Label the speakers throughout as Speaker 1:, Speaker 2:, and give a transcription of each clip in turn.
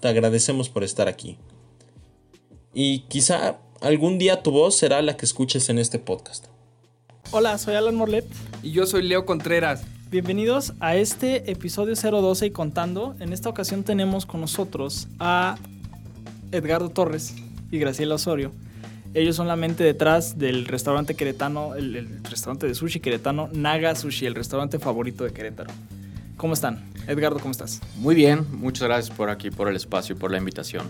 Speaker 1: te agradecemos por estar aquí. Y quizá algún día tu voz será la que escuches en este podcast.
Speaker 2: Hola, soy Alan Morlet.
Speaker 3: Y yo soy Leo Contreras.
Speaker 2: Bienvenidos a este episodio 012 y contando. En esta ocasión tenemos con nosotros a Edgardo Torres y Graciela Osorio. Ellos son la mente detrás del restaurante queretano, el, el restaurante de sushi queretano, Naga Sushi, el restaurante favorito de Querétaro. ¿Cómo están? Edgardo, ¿cómo estás?
Speaker 4: Muy bien, muchas gracias por aquí, por el espacio y por la invitación.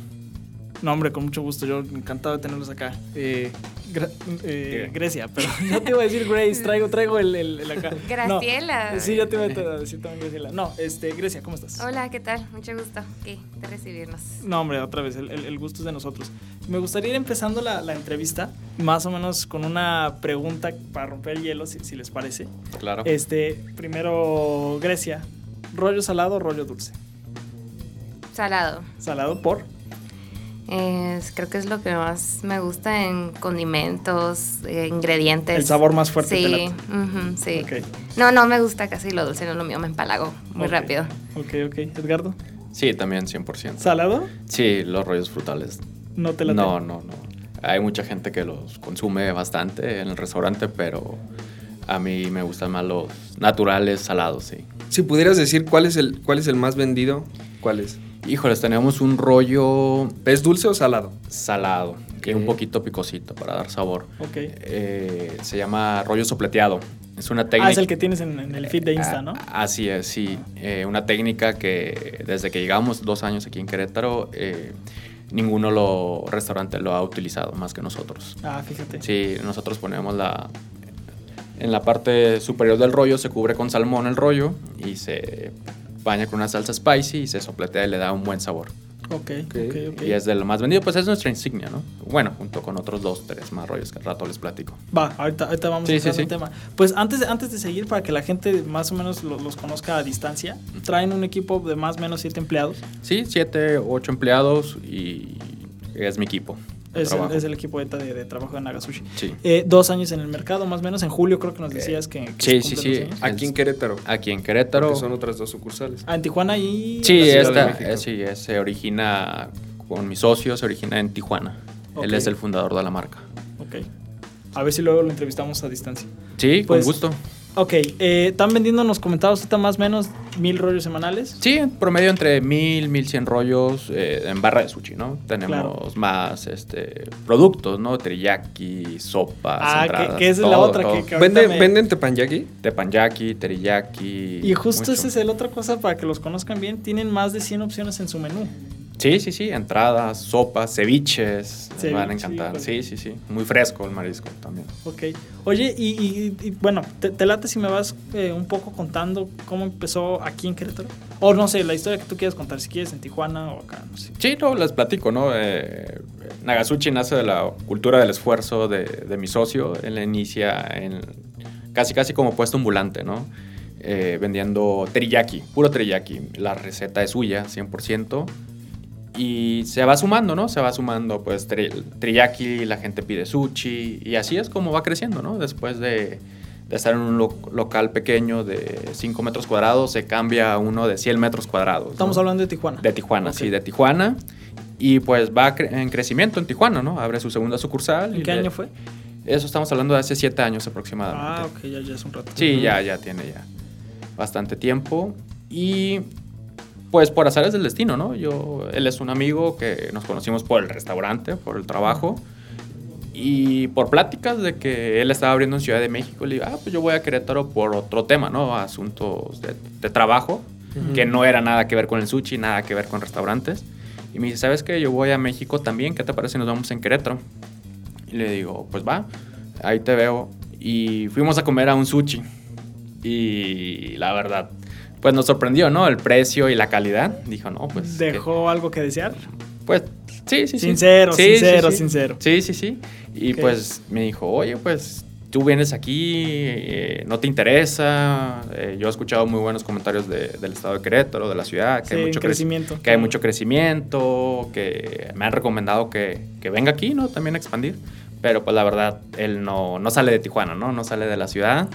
Speaker 2: No, hombre, con mucho gusto. Yo encantado de tenerlos acá. Eh, Gra- eh, Grecia, pero no te iba a decir Grace, traigo, traigo el, el- el acá. No,
Speaker 5: Graciela.
Speaker 2: sí, ya te iba a decir también Graciela. No, este, Grecia, ¿cómo estás?
Speaker 5: Ah, Hola, ¿qué tal? Mucho gusto aquí de recibirnos.
Speaker 2: No, hombre, otra vez, el, el- el gusto es de nosotros. Me gustaría ir empezando la, la entrevista, más o menos con una pregunta para romper el hielo, si, si les parece.
Speaker 4: Claro.
Speaker 2: Este, primero, Grecia, ¿rollo salado o rollo dulce?
Speaker 5: Salado.
Speaker 2: Salado por
Speaker 5: Es- creo que es lo que más me gusta en condimentos, eh, ingredientes.
Speaker 2: el sabor más fuerte. te
Speaker 5: Sí,
Speaker 2: late.
Speaker 5: ujú, sí.
Speaker 2: Ok,
Speaker 5: No, no me gusta casi lo dulce, no es lo mío, me empalago muy
Speaker 2: Ok.
Speaker 5: rápido.
Speaker 2: ok, ok. Edgardo,
Speaker 4: Sí, también 100%.
Speaker 2: ¿salado?
Speaker 4: Sí, los rollos frutales.
Speaker 2: No te late.
Speaker 4: No, no, no. Hay mucha gente que los consume bastante en el restaurante, pero a mí me gustan más los naturales, salados, sí.
Speaker 3: Si pudieras decir cuál es el, cuál es el más vendido, ¿cuál es?
Speaker 4: Híjoles, tenemos un rollo
Speaker 3: ¿Es dulce o salado?
Speaker 4: salado y
Speaker 3: Ok.
Speaker 4: un poquito picosito para dar sabor.
Speaker 2: Ok.
Speaker 4: Eh, se llama rollo sopleteado. Es una técnica.
Speaker 2: Ah, es el que tienes en, en el feed de Insta, ¿no?
Speaker 4: Ah, Así es, sí. Eh, una técnica que desde que llegamos dos años aquí en Querétaro, eh, ninguno los restaurante lo ha utilizado más que nosotros.
Speaker 2: Ah, fíjate.
Speaker 4: Sí, nosotros ponemos la... En la parte superior del rollo se cubre con salmón el rollo y se baña con una salsa spicy y se sopletea y le da un buen sabor.
Speaker 2: Ok, ok, ok.
Speaker 4: Y es de lo más vendido, pues es nuestra insignia, ¿no? Bueno, junto con otros dos, tres más rollos que al rato les platico.
Speaker 2: Va, ahorita, ahorita vamos
Speaker 4: Sí,
Speaker 2: a entrar
Speaker 4: sí,
Speaker 2: en
Speaker 4: sí.
Speaker 2: tema. Pues antes, antes de seguir, para que la gente más o menos lo- los conozca a distancia, traen un equipo de más o menos siete empleados.
Speaker 4: Sí, siete, ocho empleados y es mi equipo. de
Speaker 2: Es, el,
Speaker 4: trabajo.
Speaker 2: es el equipo ahorita de, de trabajo de Nagasushi.
Speaker 4: Sí.
Speaker 2: Eh, dos años en el mercado, más o menos. En julio creo que nos decías que, que
Speaker 4: sí,
Speaker 2: se
Speaker 4: sí,
Speaker 2: cumplen
Speaker 4: sí.
Speaker 2: dos años.
Speaker 3: Aquí en Querétaro.
Speaker 4: Aquí en
Speaker 3: Porque
Speaker 4: Querétaro.
Speaker 3: son otras dos sucursales.
Speaker 2: Ah, en Tijuana y... en
Speaker 4: Sí,
Speaker 2: la Ciudad de
Speaker 4: esta,
Speaker 2: México.
Speaker 4: eh, sí, eh, se origina con mi socio, se origina en Tijuana.
Speaker 2: Ok.
Speaker 4: Él es el fundador de la marca.
Speaker 2: Ok. A ver si luego lo entrevistamos a distancia.
Speaker 4: Sí,
Speaker 2: Pues-
Speaker 4: con gusto.
Speaker 2: Ok, eh, están vendiendo en los comentarios ahorita más o menos mil rollos semanales.
Speaker 4: Sí, en promedio entre mil, mil cien rollos eh, en barra de sushi, ¿no? Tenemos
Speaker 2: Claro.
Speaker 4: más este, productos, ¿no? Teriyaki, sopas,
Speaker 2: Ah, que-
Speaker 4: entradas,
Speaker 2: que esa es la otra que- que- ahorita
Speaker 3: ¿Venden,
Speaker 2: me-
Speaker 3: ¿Venden tepanyaki?
Speaker 4: Teppanyaki, teriyaki.
Speaker 2: Y justo
Speaker 4: mucho.
Speaker 2: esa es la otra cosa para que los conozcan bien. Tienen más de 100 opciones en su menú.
Speaker 4: Sí, sí, sí, entradas, sopas, ceviches, les van
Speaker 2: Ceviche,
Speaker 4: a encantar.
Speaker 2: igual.
Speaker 4: Sí, sí, sí, muy fresco el marisco también.
Speaker 2: Ok. Oye, y, y- y, bueno, te, te late si me vas eh, un poco contando cómo empezó aquí en Querétaro? O no sé, la historia que tú quieras contar, si quieres en Tijuana o acá, no sé.
Speaker 4: Sí, no, les platico, ¿no? Eh, Nagasuchi nace de la cultura del esfuerzo de, de mi socio. Él inicia en casi, casi como puesto ambulante, ¿no? Eh, vendiendo teriyaki, puro teriyaki. La receta es suya, 100%. Y se va sumando, ¿no? Se va sumando, pues, teri- teriyaki, la gente pide sushi. Y así es como va creciendo, ¿no? Después de, de estar en un lo- local pequeño de 5 metros cuadrados, se cambia a uno de 100 metros cuadrados. ¿no?
Speaker 2: Estamos hablando de Tijuana.
Speaker 4: De Tijuana,
Speaker 2: Ok.
Speaker 4: sí, de Tijuana. Y pues va cre- en crecimiento en Tijuana, ¿no? Abre su segunda sucursal.
Speaker 2: ¿En
Speaker 4: y
Speaker 2: qué
Speaker 4: le-
Speaker 2: año fue?
Speaker 4: Eso estamos hablando de hace siete años aproximadamente.
Speaker 2: Ah, ok, ya, ya es un rato.
Speaker 4: Sí,
Speaker 2: Ujú.
Speaker 4: ya, ya tiene ya bastante tiempo. Y pues por azares del destino, ¿no? Yo, él es un amigo que nos conocimos por el restaurante, por el trabajo. Y por pláticas de que él estaba abriendo en Ciudad de México, le digo, ah, pues yo voy a Querétaro por otro tema, ¿no? Asuntos de, de trabajo, que no era nada que ver con el sushi, nada que ver con restaurantes. Y me dice, ¿sabes qué? Yo voy a México también, ¿qué te parece si nos vamos en Querétaro? Y le digo, pues va, ahí te veo. Y fuimos a comer a un sushi. Y la verdad, pues nos sorprendió, ¿no? El precio y la calidad. Dijo, no, pues... que-
Speaker 2: ¿Dejó algo que desear?
Speaker 4: Pues sí, sí, sí.
Speaker 2: Sincero,
Speaker 4: Sí, sí,
Speaker 2: sincero,
Speaker 4: sí.
Speaker 2: sincero.
Speaker 4: Sí, sí, sí. Y
Speaker 2: Ok.
Speaker 4: pues me dijo, oye, pues tú vienes aquí, eh, no te interesa. Eh, yo he escuchado muy buenos comentarios de- del estado de Querétaro, de la ciudad, que
Speaker 2: Sí,
Speaker 4: hay mucho
Speaker 2: en crecimiento.
Speaker 4: crec- Que hay mucho crecimiento, que me han recomendado que, que venga aquí, ¿no? También a expandir. Pero pues la verdad, él no, no sale de Tijuana, ¿no? No sale de la ciudad.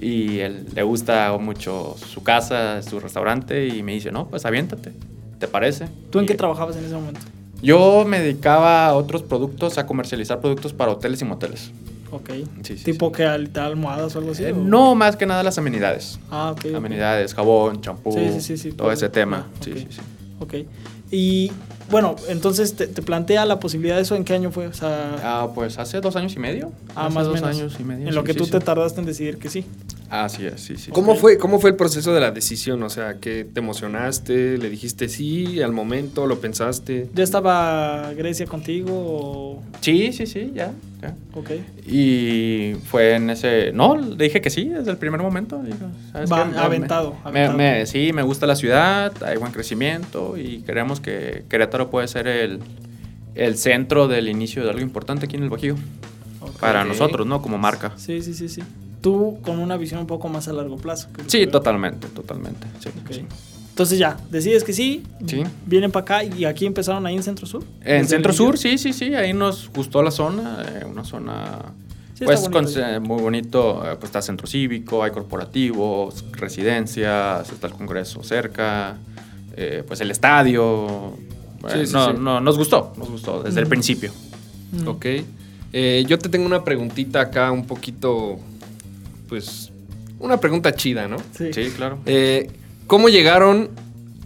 Speaker 4: Y él le gusta mucho su casa, su restaurante. Y me dice, no, pues aviéntate. ¿Te parece?
Speaker 2: ¿Tú en
Speaker 4: Y-
Speaker 2: qué trabajabas en ese momento?
Speaker 4: yo me dedicaba a otros productos, a comercializar productos para hoteles y moteles.
Speaker 2: Ok.
Speaker 4: Sí, sí,
Speaker 2: ¿Tipo que al- te da almohadas o algo así?
Speaker 4: Eh,
Speaker 2: o-
Speaker 4: no más que nada las amenidades.
Speaker 2: Ah, ok. ok.
Speaker 4: Amenidades, jabón, champú,
Speaker 2: Sí, sí, sí, sí,
Speaker 4: todo
Speaker 2: todo.
Speaker 4: ese tema.
Speaker 2: Ah,
Speaker 4: Sí,
Speaker 2: ok.
Speaker 4: sí, sí.
Speaker 2: Ok. Y bueno, entonces te, te plantea la posibilidad de eso. ¿En qué año fue? O sea,
Speaker 4: Ah, pues hace dos años y medio.
Speaker 2: ah,
Speaker 4: Hace
Speaker 2: más o
Speaker 4: dos
Speaker 2: menos.
Speaker 4: años y medio.
Speaker 2: en lo
Speaker 4: sí,
Speaker 2: que
Speaker 4: sí,
Speaker 2: tú
Speaker 4: sí.
Speaker 2: te tardaste en decidir que sí.
Speaker 4: Así es, sí, sí.
Speaker 3: ¿Cómo, fue, ¿Cómo fue el proceso de la decisión? O sea, ¿qué te emocionaste? ¿Le dijiste sí al momento? ¿Lo pensaste?
Speaker 2: ¿Ya estaba Grecia contigo o...?
Speaker 4: Sí, sí, sí, ya. ya.
Speaker 2: Ok.
Speaker 4: Y fue en ese. No, le dije que sí desde el primer momento. Digo, ¿sabes
Speaker 2: Va-
Speaker 4: qué? Me-
Speaker 2: aventado,
Speaker 4: me-
Speaker 2: aventado.
Speaker 4: me- sí, me gusta la ciudad, hay buen crecimiento y creemos que Querétaro puede ser el, el centro del inicio de algo importante aquí en el Bajío.
Speaker 2: ok.
Speaker 4: Para
Speaker 3: Ok.
Speaker 4: nosotros, ¿no? Como marca.
Speaker 2: Sí, sí, sí, sí. Tú con una visión un poco más a largo plazo. que es lo que
Speaker 4: Sí,
Speaker 2: veo.
Speaker 4: totalmente, totalmente. Sí,
Speaker 2: Ok.
Speaker 4: sí.
Speaker 2: Entonces ya, decides que sí.
Speaker 4: Sí.
Speaker 2: Vienen para acá y aquí empezaron ahí en Centro Sur. Desde
Speaker 4: En
Speaker 2: el
Speaker 4: Centro Sur,
Speaker 2: inicio.
Speaker 4: sí, sí, sí, ahí nos gustó la zona, eh, una zona
Speaker 2: Sí, está
Speaker 4: pues con-
Speaker 2: bonito.
Speaker 4: eh, muy bonito, eh, pues está centro cívico, hay corporativos, residencias, está el Congreso cerca, eh, pues el estadio, bueno,
Speaker 3: Sí, sí,
Speaker 4: no,
Speaker 3: sí.
Speaker 4: no, nos gustó, nos gustó desde el
Speaker 2: Ujú.
Speaker 4: principio.
Speaker 2: Ujú.
Speaker 3: Ok. Eh, yo te tengo una preguntita acá un poquito, pues, una pregunta chida, ¿no?
Speaker 2: Sí.
Speaker 4: Sí, claro.
Speaker 3: Eh, ¿Cómo llegaron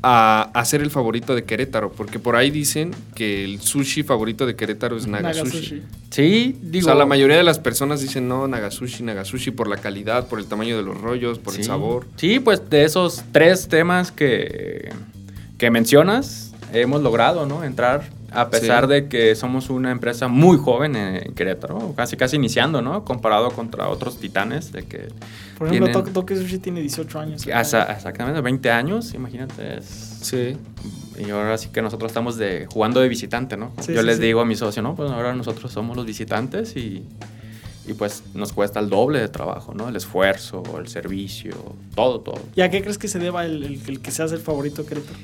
Speaker 3: a, a ser el favorito de Querétaro? Porque por ahí dicen que el sushi favorito de Querétaro es
Speaker 2: Naga
Speaker 3: Nagasushi.
Speaker 2: Sushi.
Speaker 4: Sí,
Speaker 3: O
Speaker 4: digo.
Speaker 3: sea, la mayoría de las personas dicen no, Nagasushi, Nagasushi por la calidad, por el tamaño de los rollos, por el
Speaker 4: Sí.
Speaker 3: sabor.
Speaker 4: Sí, pues de esos tres temas que, que mencionas, hemos logrado, ¿no? Entrar, a pesar
Speaker 3: Sí.
Speaker 4: de que somos una empresa muy joven en Querétaro, casi casi iniciando, ¿no? Comparado contra otros titanes, de que
Speaker 2: Por ejemplo, Tok-
Speaker 4: Tienen-
Speaker 2: Toque Sushi tiene 18 años.
Speaker 4: hasta- exactamente 20 años, imagínate. es-
Speaker 3: Sí.
Speaker 4: Y ahora sí que nosotros estamos de, jugando de visitante, ¿no?
Speaker 2: Sí,
Speaker 4: Yo
Speaker 2: sí,
Speaker 4: les
Speaker 2: sí.
Speaker 4: digo a mi socio, ¿no? Pues ahora nosotros somos los visitantes y, y pues nos cuesta el doble de trabajo, ¿no? El esfuerzo, el servicio, todo, todo.
Speaker 2: ¿Y a qué crees que se deba el, el- el que seas el favorito de Querétaro?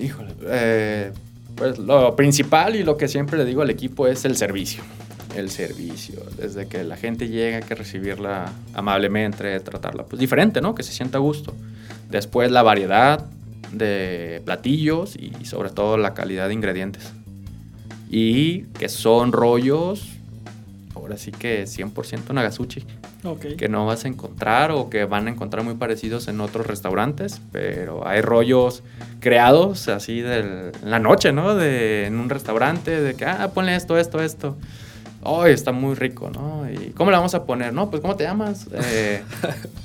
Speaker 4: Híjole, eh, pues lo principal y lo que siempre le digo al equipo es el servicio. El servicio, desde que la gente llega hay que recibirla amablemente, tratarla pues diferente, ¿no? Que se sienta a gusto. Después la variedad de platillos y sobre todo la calidad de ingredientes. Y que son rollos, ahora sí que 100% nagasuchi
Speaker 2: Ok.
Speaker 4: que no vas a encontrar o que van a encontrar muy parecidos en otros restaurantes, pero hay rollos creados así del- en la noche, ¿no? De, en un restaurante, de que, ah, ponle esto, esto, esto. Ay, está muy rico, ¿no? ¿Y cómo le vamos a poner? No, pues, ¿cómo te llamas? Eh,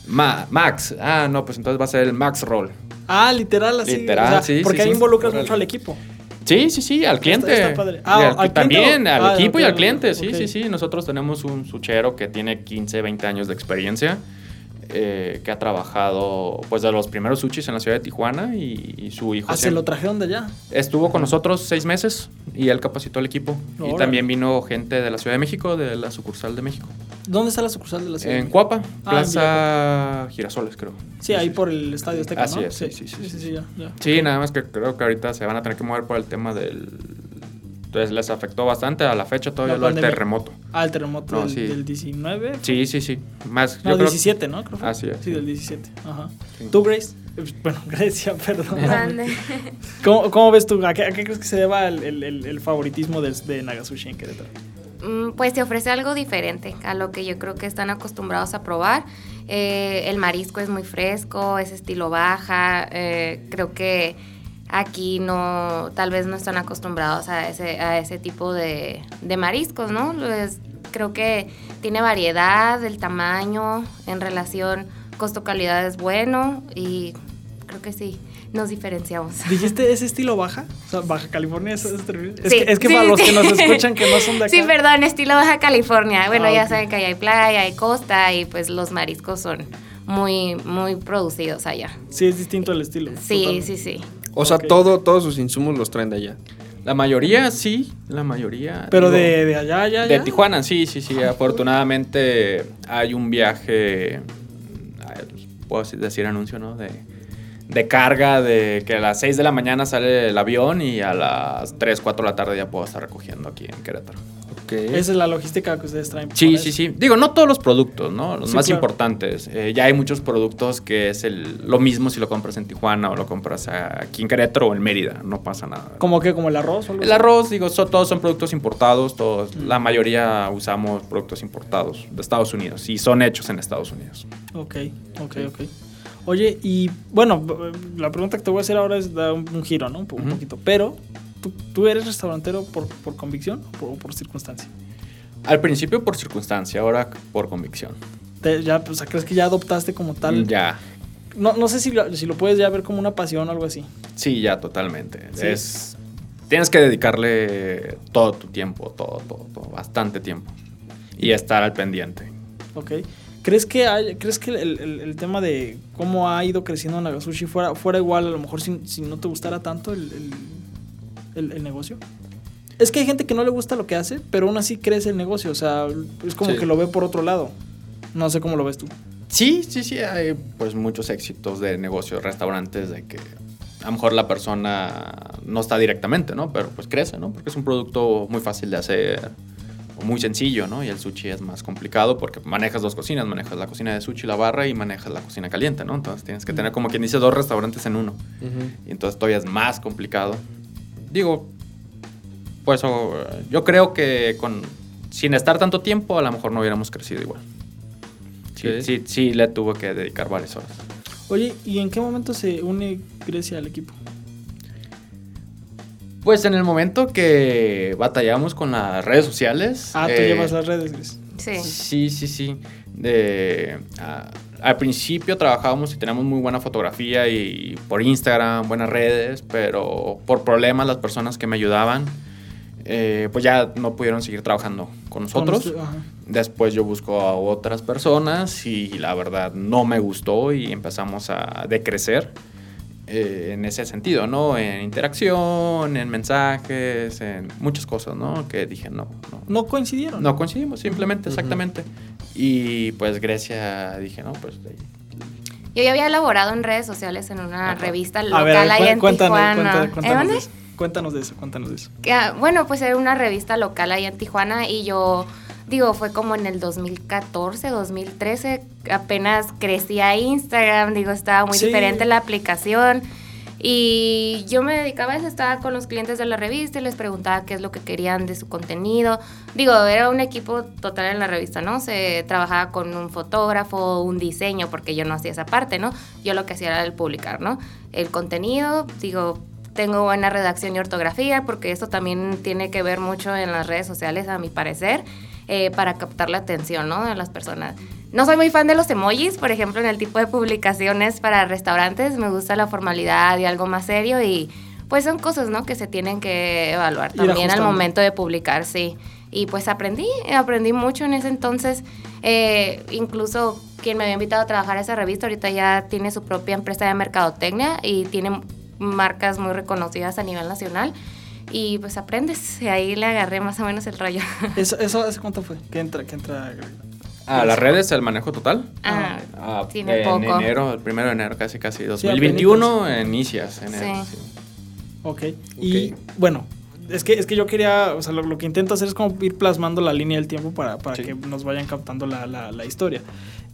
Speaker 4: Ma- Max. Ah, no, pues entonces va a ser el Max Roll.
Speaker 2: Ah, literal, así.
Speaker 4: Literal,
Speaker 2: o sea,
Speaker 4: sí, sí,
Speaker 2: Porque
Speaker 4: sí.
Speaker 2: ahí involucras
Speaker 3: Órale.
Speaker 2: mucho al equipo.
Speaker 4: Sí, sí, sí, al cliente.
Speaker 2: Está- está padre.
Speaker 4: Y
Speaker 2: Ah,
Speaker 4: al-
Speaker 2: ¿al cliente
Speaker 4: también,
Speaker 2: o-
Speaker 4: al
Speaker 2: ah,
Speaker 4: equipo
Speaker 2: ok,
Speaker 4: y al cliente.
Speaker 2: ok.
Speaker 4: Sí, sí, sí. Nosotros tenemos un suchero que tiene 15, 20 años de experiencia, eh, que ha trabajado pues de los primeros sushis en la ciudad de Tijuana y, y su hijo
Speaker 2: Ah, se
Speaker 4: siempre-
Speaker 2: lo trajeron de allá.
Speaker 4: estuvo con nosotros seis meses y él capacitó al equipo.
Speaker 2: Órale.
Speaker 4: Y también vino gente de la Ciudad de México, de la sucursal de México.
Speaker 2: ¿Dónde está la sucursal de la ciudad?
Speaker 4: en Cuapa,
Speaker 2: Ah,
Speaker 4: Plaza Girasoles, creo.
Speaker 2: Sí, ahí por el Estadio Azteca,
Speaker 4: Así
Speaker 2: ¿no?
Speaker 4: es, sí, sí, sí,
Speaker 2: sí,
Speaker 4: sí,
Speaker 2: ya, ya.
Speaker 4: Sí, nada más que creo que ahorita se van a tener que mover por el tema del... Entonces les afectó bastante a la fecha todavía
Speaker 2: La
Speaker 4: lo del
Speaker 2: pandemia.
Speaker 4: terremoto.
Speaker 2: Ah, el terremoto
Speaker 4: No,
Speaker 2: del,
Speaker 4: sí.
Speaker 2: del 19.
Speaker 4: Sí, sí, sí. Más,
Speaker 2: No,
Speaker 4: yo creo-
Speaker 2: 17, ¿no? Creo que fue.
Speaker 4: Así es,
Speaker 2: Sí,
Speaker 4: sí.
Speaker 2: del 17. Ajá.
Speaker 4: Sí.
Speaker 2: ¿Tú, Grace? Eh, Bueno, Grecia, perdón.
Speaker 5: Grande.
Speaker 2: ¿Cómo, cómo ves tú? ¿A qué, a qué crees que se deba el, el- el- el favoritismo de, de Nagasushi en Querétaro?
Speaker 5: Mm, Pues te ofrece algo diferente a lo que yo creo que están acostumbrados a probar. Eh, el marisco es muy fresco, es estilo baja. eh, creo que aquí no, tal vez no están acostumbrados a ese, a ese tipo de, de mariscos, ¿no? Pues, creo que tiene variedad, el tamaño en relación costo-calidad es bueno y creo que sí, nos diferenciamos.
Speaker 2: ¿Dijiste ese estilo baja? O sea, Baja California, ¿eso es, terrible? es
Speaker 5: Sí,
Speaker 2: que, es que
Speaker 5: sí,
Speaker 2: para los
Speaker 5: sí.
Speaker 2: que nos escuchan que no son de acá.
Speaker 5: Sí, perdón, estilo Baja California. Bueno,
Speaker 2: Ah,
Speaker 5: ya
Speaker 2: ok.
Speaker 5: saben que ahí hay playa, hay costa y pues los mariscos son muy, muy producidos allá.
Speaker 2: Sí, es distinto el estilo.
Speaker 5: Sí,
Speaker 2: totalmente.
Speaker 5: sí, sí.
Speaker 3: O sea,
Speaker 2: Ok.
Speaker 3: todo, todos sus insumos los traen de allá.
Speaker 4: La mayoría sí, la mayoría.
Speaker 2: Pero
Speaker 4: digo,
Speaker 2: de, de allá, allá,
Speaker 4: De
Speaker 2: allá.
Speaker 4: Tijuana, sí, sí, sí. Afortunadamente hay un viaje, ay, puedo decir anuncio, ¿no? De, de carga, de que a las 6 de la mañana sale el avión y a las 3, 4 de la tarde ya puedo estar recogiendo aquí en Querétaro.
Speaker 2: Esa es la logística que ustedes traen.
Speaker 4: ¿eh? Sí,
Speaker 2: para
Speaker 4: sí,
Speaker 2: eso.
Speaker 4: sí. Digo, no todos los productos, ¿no? Los
Speaker 2: Sí,
Speaker 4: más
Speaker 2: claro.
Speaker 4: importantes. Eh, ya hay muchos productos que es el, lo mismo si lo compras en Tijuana o lo compras aquí en Querétaro o en Mérida. No pasa nada.
Speaker 2: ¿Como que ¿Como el arroz? o algo
Speaker 4: El
Speaker 2: así?
Speaker 4: arroz, digo, so- todos son productos importados, todos, la mayoría usamos productos importados de Estados Unidos y son hechos en Estados Unidos.
Speaker 2: Ok, ok, ok. Oye, y bueno, b- b- la pregunta que te voy a hacer ahora es da un, un giro, ¿no? Un, po- un
Speaker 4: Ujú.
Speaker 2: poquito. Pero, ¿tú, tú eres restaurantero por, por convicción o por, por circunstancia?
Speaker 4: Al principio por circunstancia, ahora por convicción.
Speaker 2: Te- ya, o sea, ¿crees que ya adoptaste como tal?
Speaker 4: Ya,
Speaker 2: No, no sé si lo, si lo puedes ya ver como una pasión o algo así.
Speaker 4: sí, ya totalmente.
Speaker 2: Sí.
Speaker 4: Es, tienes que dedicarle todo tu tiempo, todo, todo, todo, bastante tiempo y estar al pendiente.
Speaker 2: Ok. ¿Crees que, hay- ¿crees que el, el- el tema de cómo ha ido creciendo Nagasushi fuera, fuera igual a lo mejor si, si no te gustara tanto el, el- el- el negocio? Es que hay gente que no le gusta lo que hace, pero aún así crece el negocio. O sea, es como
Speaker 4: Sí.
Speaker 2: que lo ve por otro lado. No sé cómo lo ves tú.
Speaker 4: Sí, sí, sí, hay pues muchos éxitos de negocios, restaurantes, de que a lo mejor la persona no está directamente, ¿no? Pero pues crece, ¿no? Porque es un producto muy fácil de hacer, o muy sencillo, ¿no? Y el sushi es más complicado porque manejas dos cocinas, manejas la cocina de sushi, la barra y manejas la cocina caliente, ¿no? Entonces tienes que tener como quien dice dos restaurantes en uno. Y entonces todavía es más complicado. Digo, pues o- yo creo que con, sin estar tanto tiempo a lo mejor no hubiéramos crecido igual. Sí,
Speaker 3: Ok.
Speaker 4: sí, sí, le tuvo que dedicar varias horas.
Speaker 2: Oye, ¿y en qué momento se une Grecia al equipo?
Speaker 4: Pues en el momento que batallamos con las redes sociales.
Speaker 2: Ah, tú
Speaker 4: eh,
Speaker 2: llevas las redes, Grecia.
Speaker 5: Sí.
Speaker 4: Sí, sí, sí. De, a- al principio trabajábamos y teníamos muy buena fotografía y por Instagram, buenas redes, pero por problemas las personas que me ayudaban, eh, pues ya no pudieron seguir trabajando con
Speaker 2: Con
Speaker 4: nosotros.
Speaker 2: usted- ajá.
Speaker 4: Después yo busco a otras personas y la verdad no me gustó y empezamos a decrecer eh, en ese sentido, ¿no? En interacción, en mensajes, en muchas cosas, ¿no? Que dije, no, no,
Speaker 2: No coincidieron.
Speaker 4: no coincidimos, simplemente,
Speaker 3: Ujú.
Speaker 4: exactamente. Y pues Grecia dije, no, pues de-
Speaker 5: Yo ya había elaborado en redes sociales en una
Speaker 4: Ajá.
Speaker 5: revista
Speaker 2: A
Speaker 5: local
Speaker 2: ver, a ver,
Speaker 5: allá en
Speaker 2: cu- cuéntanos,
Speaker 5: Tijuana.
Speaker 2: cuéntanos,
Speaker 5: ¿Eh,
Speaker 2: cuéntanos de
Speaker 5: dónde?
Speaker 2: eso. Cuéntanos de eso, cuéntanos de eso.
Speaker 5: Que, ah, bueno, pues era una revista local allá en Tijuana y yo, digo, fue como en el 2014, 2013, apenas crecía Instagram, digo, estaba muy
Speaker 2: Sí.
Speaker 5: diferente la aplicación. Y yo me dedicaba a eso, estaba con los clientes de la revista y les preguntaba qué es lo que querían de su contenido. Digo, era un equipo total en la revista, ¿no? Se trabajaba con un fotógrafo, un diseño, porque yo no hacía esa parte, ¿no? Yo lo que hacía era el publicar, ¿no? El contenido, digo, tengo buena redacción y ortografía, porque esto también tiene que ver mucho en las redes sociales, a mi parecer, eh, para captar la atención, ¿no? De las personas. No soy muy fan de los emojis, por ejemplo, en el tipo de publicaciones para restaurantes. Me gusta la formalidad y algo más serio y pues son cosas, ¿no? Que se tienen que evaluar
Speaker 2: Ir
Speaker 5: también al
Speaker 2: ajustando.
Speaker 5: momento de publicar, sí. Y pues aprendí, aprendí mucho en ese entonces. Eh, incluso quien me había invitado a trabajar a esa revista ahorita ya tiene su propia empresa de mercadotecnia y tiene marcas muy reconocidas a nivel nacional. Y pues aprendes, y ahí le agarré más o menos el rollo.
Speaker 2: ¿Eso, eso hace cuánto fue? ¿Qué entra? ¿Qué entra?
Speaker 4: a Ah, las redes el manejo total.
Speaker 5: Ah,
Speaker 4: Ah,
Speaker 5: Tiene
Speaker 4: en
Speaker 5: poco.
Speaker 4: enero, el primero de enero, casi casi 2021 inicias enero.
Speaker 5: Sí.
Speaker 4: sí.
Speaker 2: Ok. Y bueno, es que, es que yo quería, o sea, lo, lo que intento hacer es como ir plasmando la línea del tiempo para, para
Speaker 4: Sí.
Speaker 2: que nos vayan captando la, la- la historia.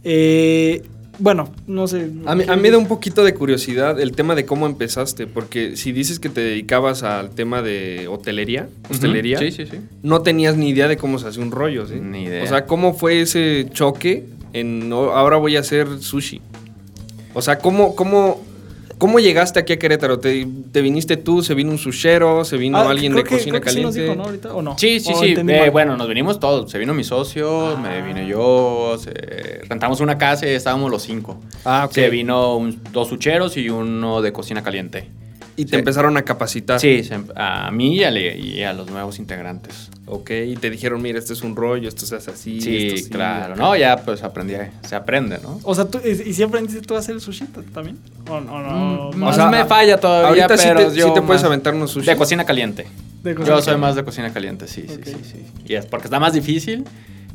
Speaker 2: Eh, bueno, no sé.
Speaker 3: A mí, a mí me da un poquito de curiosidad el tema de cómo empezaste, porque si dices que te dedicabas al tema de hotelería, hostelería,
Speaker 4: Sí, sí, sí.
Speaker 3: no tenías ni idea de cómo se hace un rollo, ¿sí?
Speaker 4: Ni idea.
Speaker 3: O sea, ¿cómo fue ese choque en "No, ahora voy a hacer sushi? O sea, ¿cómo, cómo, cómo llegaste aquí a Querétaro? ¿Te, te viniste tú? ¿Se vino un sushero? ¿Se vino
Speaker 2: Ah,
Speaker 3: alguien
Speaker 2: creo
Speaker 3: de
Speaker 2: que- creo
Speaker 3: cocina
Speaker 2: que sí
Speaker 3: caliente?
Speaker 2: nos dijo, ¿no? Ahorita, ¿O no?
Speaker 4: Sí, sí,
Speaker 2: ¿O
Speaker 4: sí.
Speaker 2: entendí
Speaker 4: Eh,
Speaker 2: mal?
Speaker 4: bueno, nos vinimos todos. Se vino mi socio,
Speaker 5: Ah.
Speaker 4: me vine yo, se- rentamos una casa y estábamos los cinco.
Speaker 3: Ah, ok.
Speaker 4: Se vino un- dos sucheros y uno de cocina caliente.
Speaker 3: Y te empezaron a capacitar.
Speaker 4: Sí, se- a mí y a, le- y a los nuevos integrantes.
Speaker 3: Ok, y te dijeron, mira, este es un rollo, esto se hace así.
Speaker 4: Sí,
Speaker 3: esto sí,
Speaker 4: claro.
Speaker 3: acá".
Speaker 4: No, ya pues aprendí, se aprende, ¿no?
Speaker 2: O sea, ¿tú, y, y siempre aprendiste tú a hacer el sushi t- también? ¿O, o no?
Speaker 4: Mm, Más me falla todavía,
Speaker 3: Ahorita sí
Speaker 4: pero
Speaker 3: te-
Speaker 4: yo
Speaker 3: sí te puedes
Speaker 4: más-
Speaker 3: aventar unos sushi.
Speaker 4: De cocina caliente.
Speaker 2: De cosas
Speaker 4: Yo
Speaker 2: que-
Speaker 4: soy más de cocina caliente, sí, sí,
Speaker 2: Ok.
Speaker 4: sí, sí. Y es porque está más difícil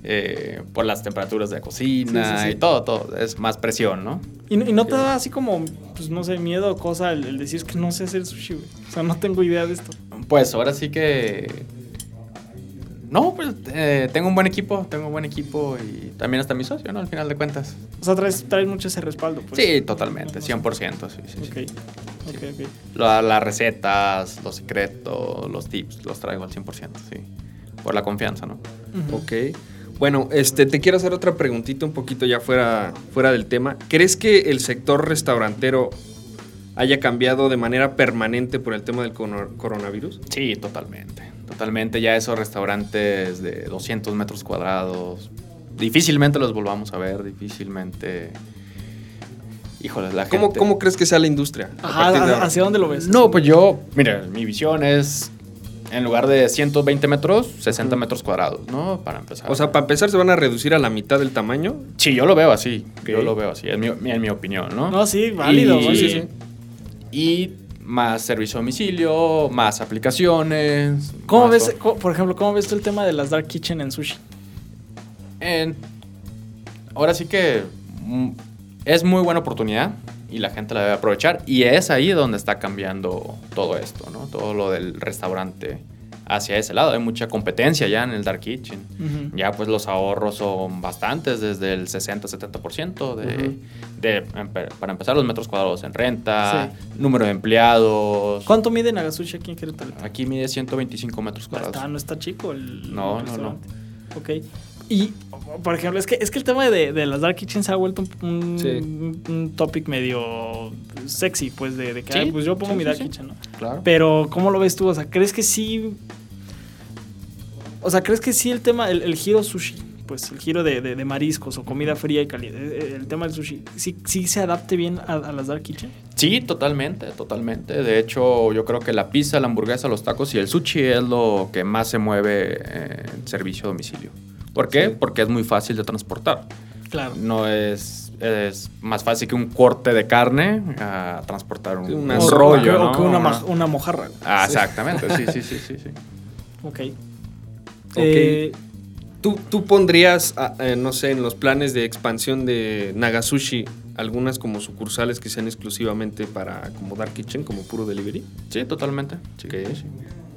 Speaker 4: eh, por las temperaturas de cocina
Speaker 2: Sí, sí, sí.
Speaker 4: y todo, todo. Es más presión, ¿no?
Speaker 2: ¿Y, no- y no te da así como, pues no sé, miedo o cosa el, el decir "Es que no sé hacer sushi, güey"? O sea, no tengo idea de esto.
Speaker 4: Pues ahora sí que... No, pues eh, tengo un buen equipo, tengo un buen equipo y también hasta mi socio, ¿no? Al final de cuentas.
Speaker 2: O sea, traes, traes mucho ese respaldo, pues.
Speaker 4: sí, totalmente, 100%, sí, sí, sí.
Speaker 2: Ok, ok, ok.
Speaker 4: La- las recetas, los secretos, los tips, los traigo al 100%, sí. Por la confianza, ¿no?
Speaker 3: Ok. Bueno, este, te quiero hacer otra preguntita un poquito ya fuera, fuera del tema. ¿Crees que el sector restaurantero haya cambiado de manera permanente por el tema del cono- coronavirus?
Speaker 4: Sí, totalmente. Totalmente. Ya esos restaurantes de 200 metros cuadrados, difícilmente los volvamos a ver, difícilmente. Híjole, la
Speaker 3: ¿Cómo,
Speaker 4: gente.
Speaker 3: cómo crees que sea la industria? a
Speaker 2: Ajá,
Speaker 3: partir de
Speaker 2: ¿ha-
Speaker 3: ahora?
Speaker 2: ¿hacia dónde lo ves?
Speaker 4: No, pues yo, mira, mi visión es en lugar de 120 metros, 60 metros cuadrados, ¿no? Para empezar.
Speaker 3: O sea, para empezar, se van a reducir a la mitad del tamaño.
Speaker 4: sí, yo lo veo así. Yo
Speaker 3: Ok.
Speaker 4: lo veo así, en mi, en mi opinión, ¿no?
Speaker 2: No, sí, válido,
Speaker 4: Y-
Speaker 2: válido.
Speaker 3: Sí, sí, sí.
Speaker 4: Y más servicio a domicilio, más aplicaciones.
Speaker 2: ¿Cómo
Speaker 4: más
Speaker 2: ves,
Speaker 4: todo.
Speaker 2: co- por ejemplo, cómo ves tú el tema de las dark kitchen en sushi?
Speaker 4: En- ahora sí que mm, es muy buena oportunidad y la gente la debe aprovechar y es ahí donde está cambiando todo esto, ¿no? Todo lo del restaurante hacia ese lado. Hay mucha competencia ya en el Dark Kitchen.
Speaker 2: Ujú.
Speaker 4: Ya pues los ahorros son bastantes, desde el 60-70% de, de- empe- para empezar los metros cuadrados en renta, número de empleados.
Speaker 2: ¿Cuánto mide Nagasushi aquí en Querétaro?
Speaker 4: Aquí mide 125 metros
Speaker 2: No está,
Speaker 4: cuadrados.
Speaker 2: no está chico el el
Speaker 4: No, no, no.
Speaker 2: restaurante. Ok. Y, o- por ejemplo, es que, es que el tema de, de las dark kitchens se ha vuelto un, un,
Speaker 3: Sí.
Speaker 2: un topic medio sexy, pues, de, de que,
Speaker 4: Sí,
Speaker 2: ay, pues yo pongo
Speaker 4: sí,
Speaker 2: mi
Speaker 4: sí,
Speaker 2: dark
Speaker 4: sí.
Speaker 2: kitchen, ¿no?
Speaker 4: Claro.
Speaker 2: Pero, ¿cómo lo ves tú? O sea, ¿crees que sí? O sea, ¿crees que sí el tema, el, el giro sushi, pues el giro de, de- de mariscos o comida fría y caliente, el tema del sushi, sí, sí se adapte bien a, a las dark kitchen?
Speaker 4: Sí, totalmente, totalmente. De hecho, yo creo que la pizza, la hamburguesa, los tacos y el sushi es lo que más se mueve eh, en servicio a domicilio. ¿Por qué? Porque es muy fácil de transportar.
Speaker 2: Claro.
Speaker 4: No es, es más fácil que un corte de carne a transportar un,
Speaker 3: Sí,
Speaker 4: un
Speaker 3: una
Speaker 2: o,
Speaker 4: rollo.
Speaker 2: que, o
Speaker 4: ¿no?
Speaker 2: que una, maj-
Speaker 4: Una-
Speaker 2: una mojarra. güey.
Speaker 4: Ah, exactamente, sí, sí, sí, sí, sí.
Speaker 2: Ok.
Speaker 3: Ok.
Speaker 2: Eh,
Speaker 3: ¿Tú, tú pondrías, ah, eh, no sé, en los planes de expansión de Nagasushi algunas como sucursales que sean exclusivamente para como Dark Kitchen, como puro delivery?
Speaker 4: Sí, totalmente. Sí,
Speaker 3: Ok.
Speaker 4: sí.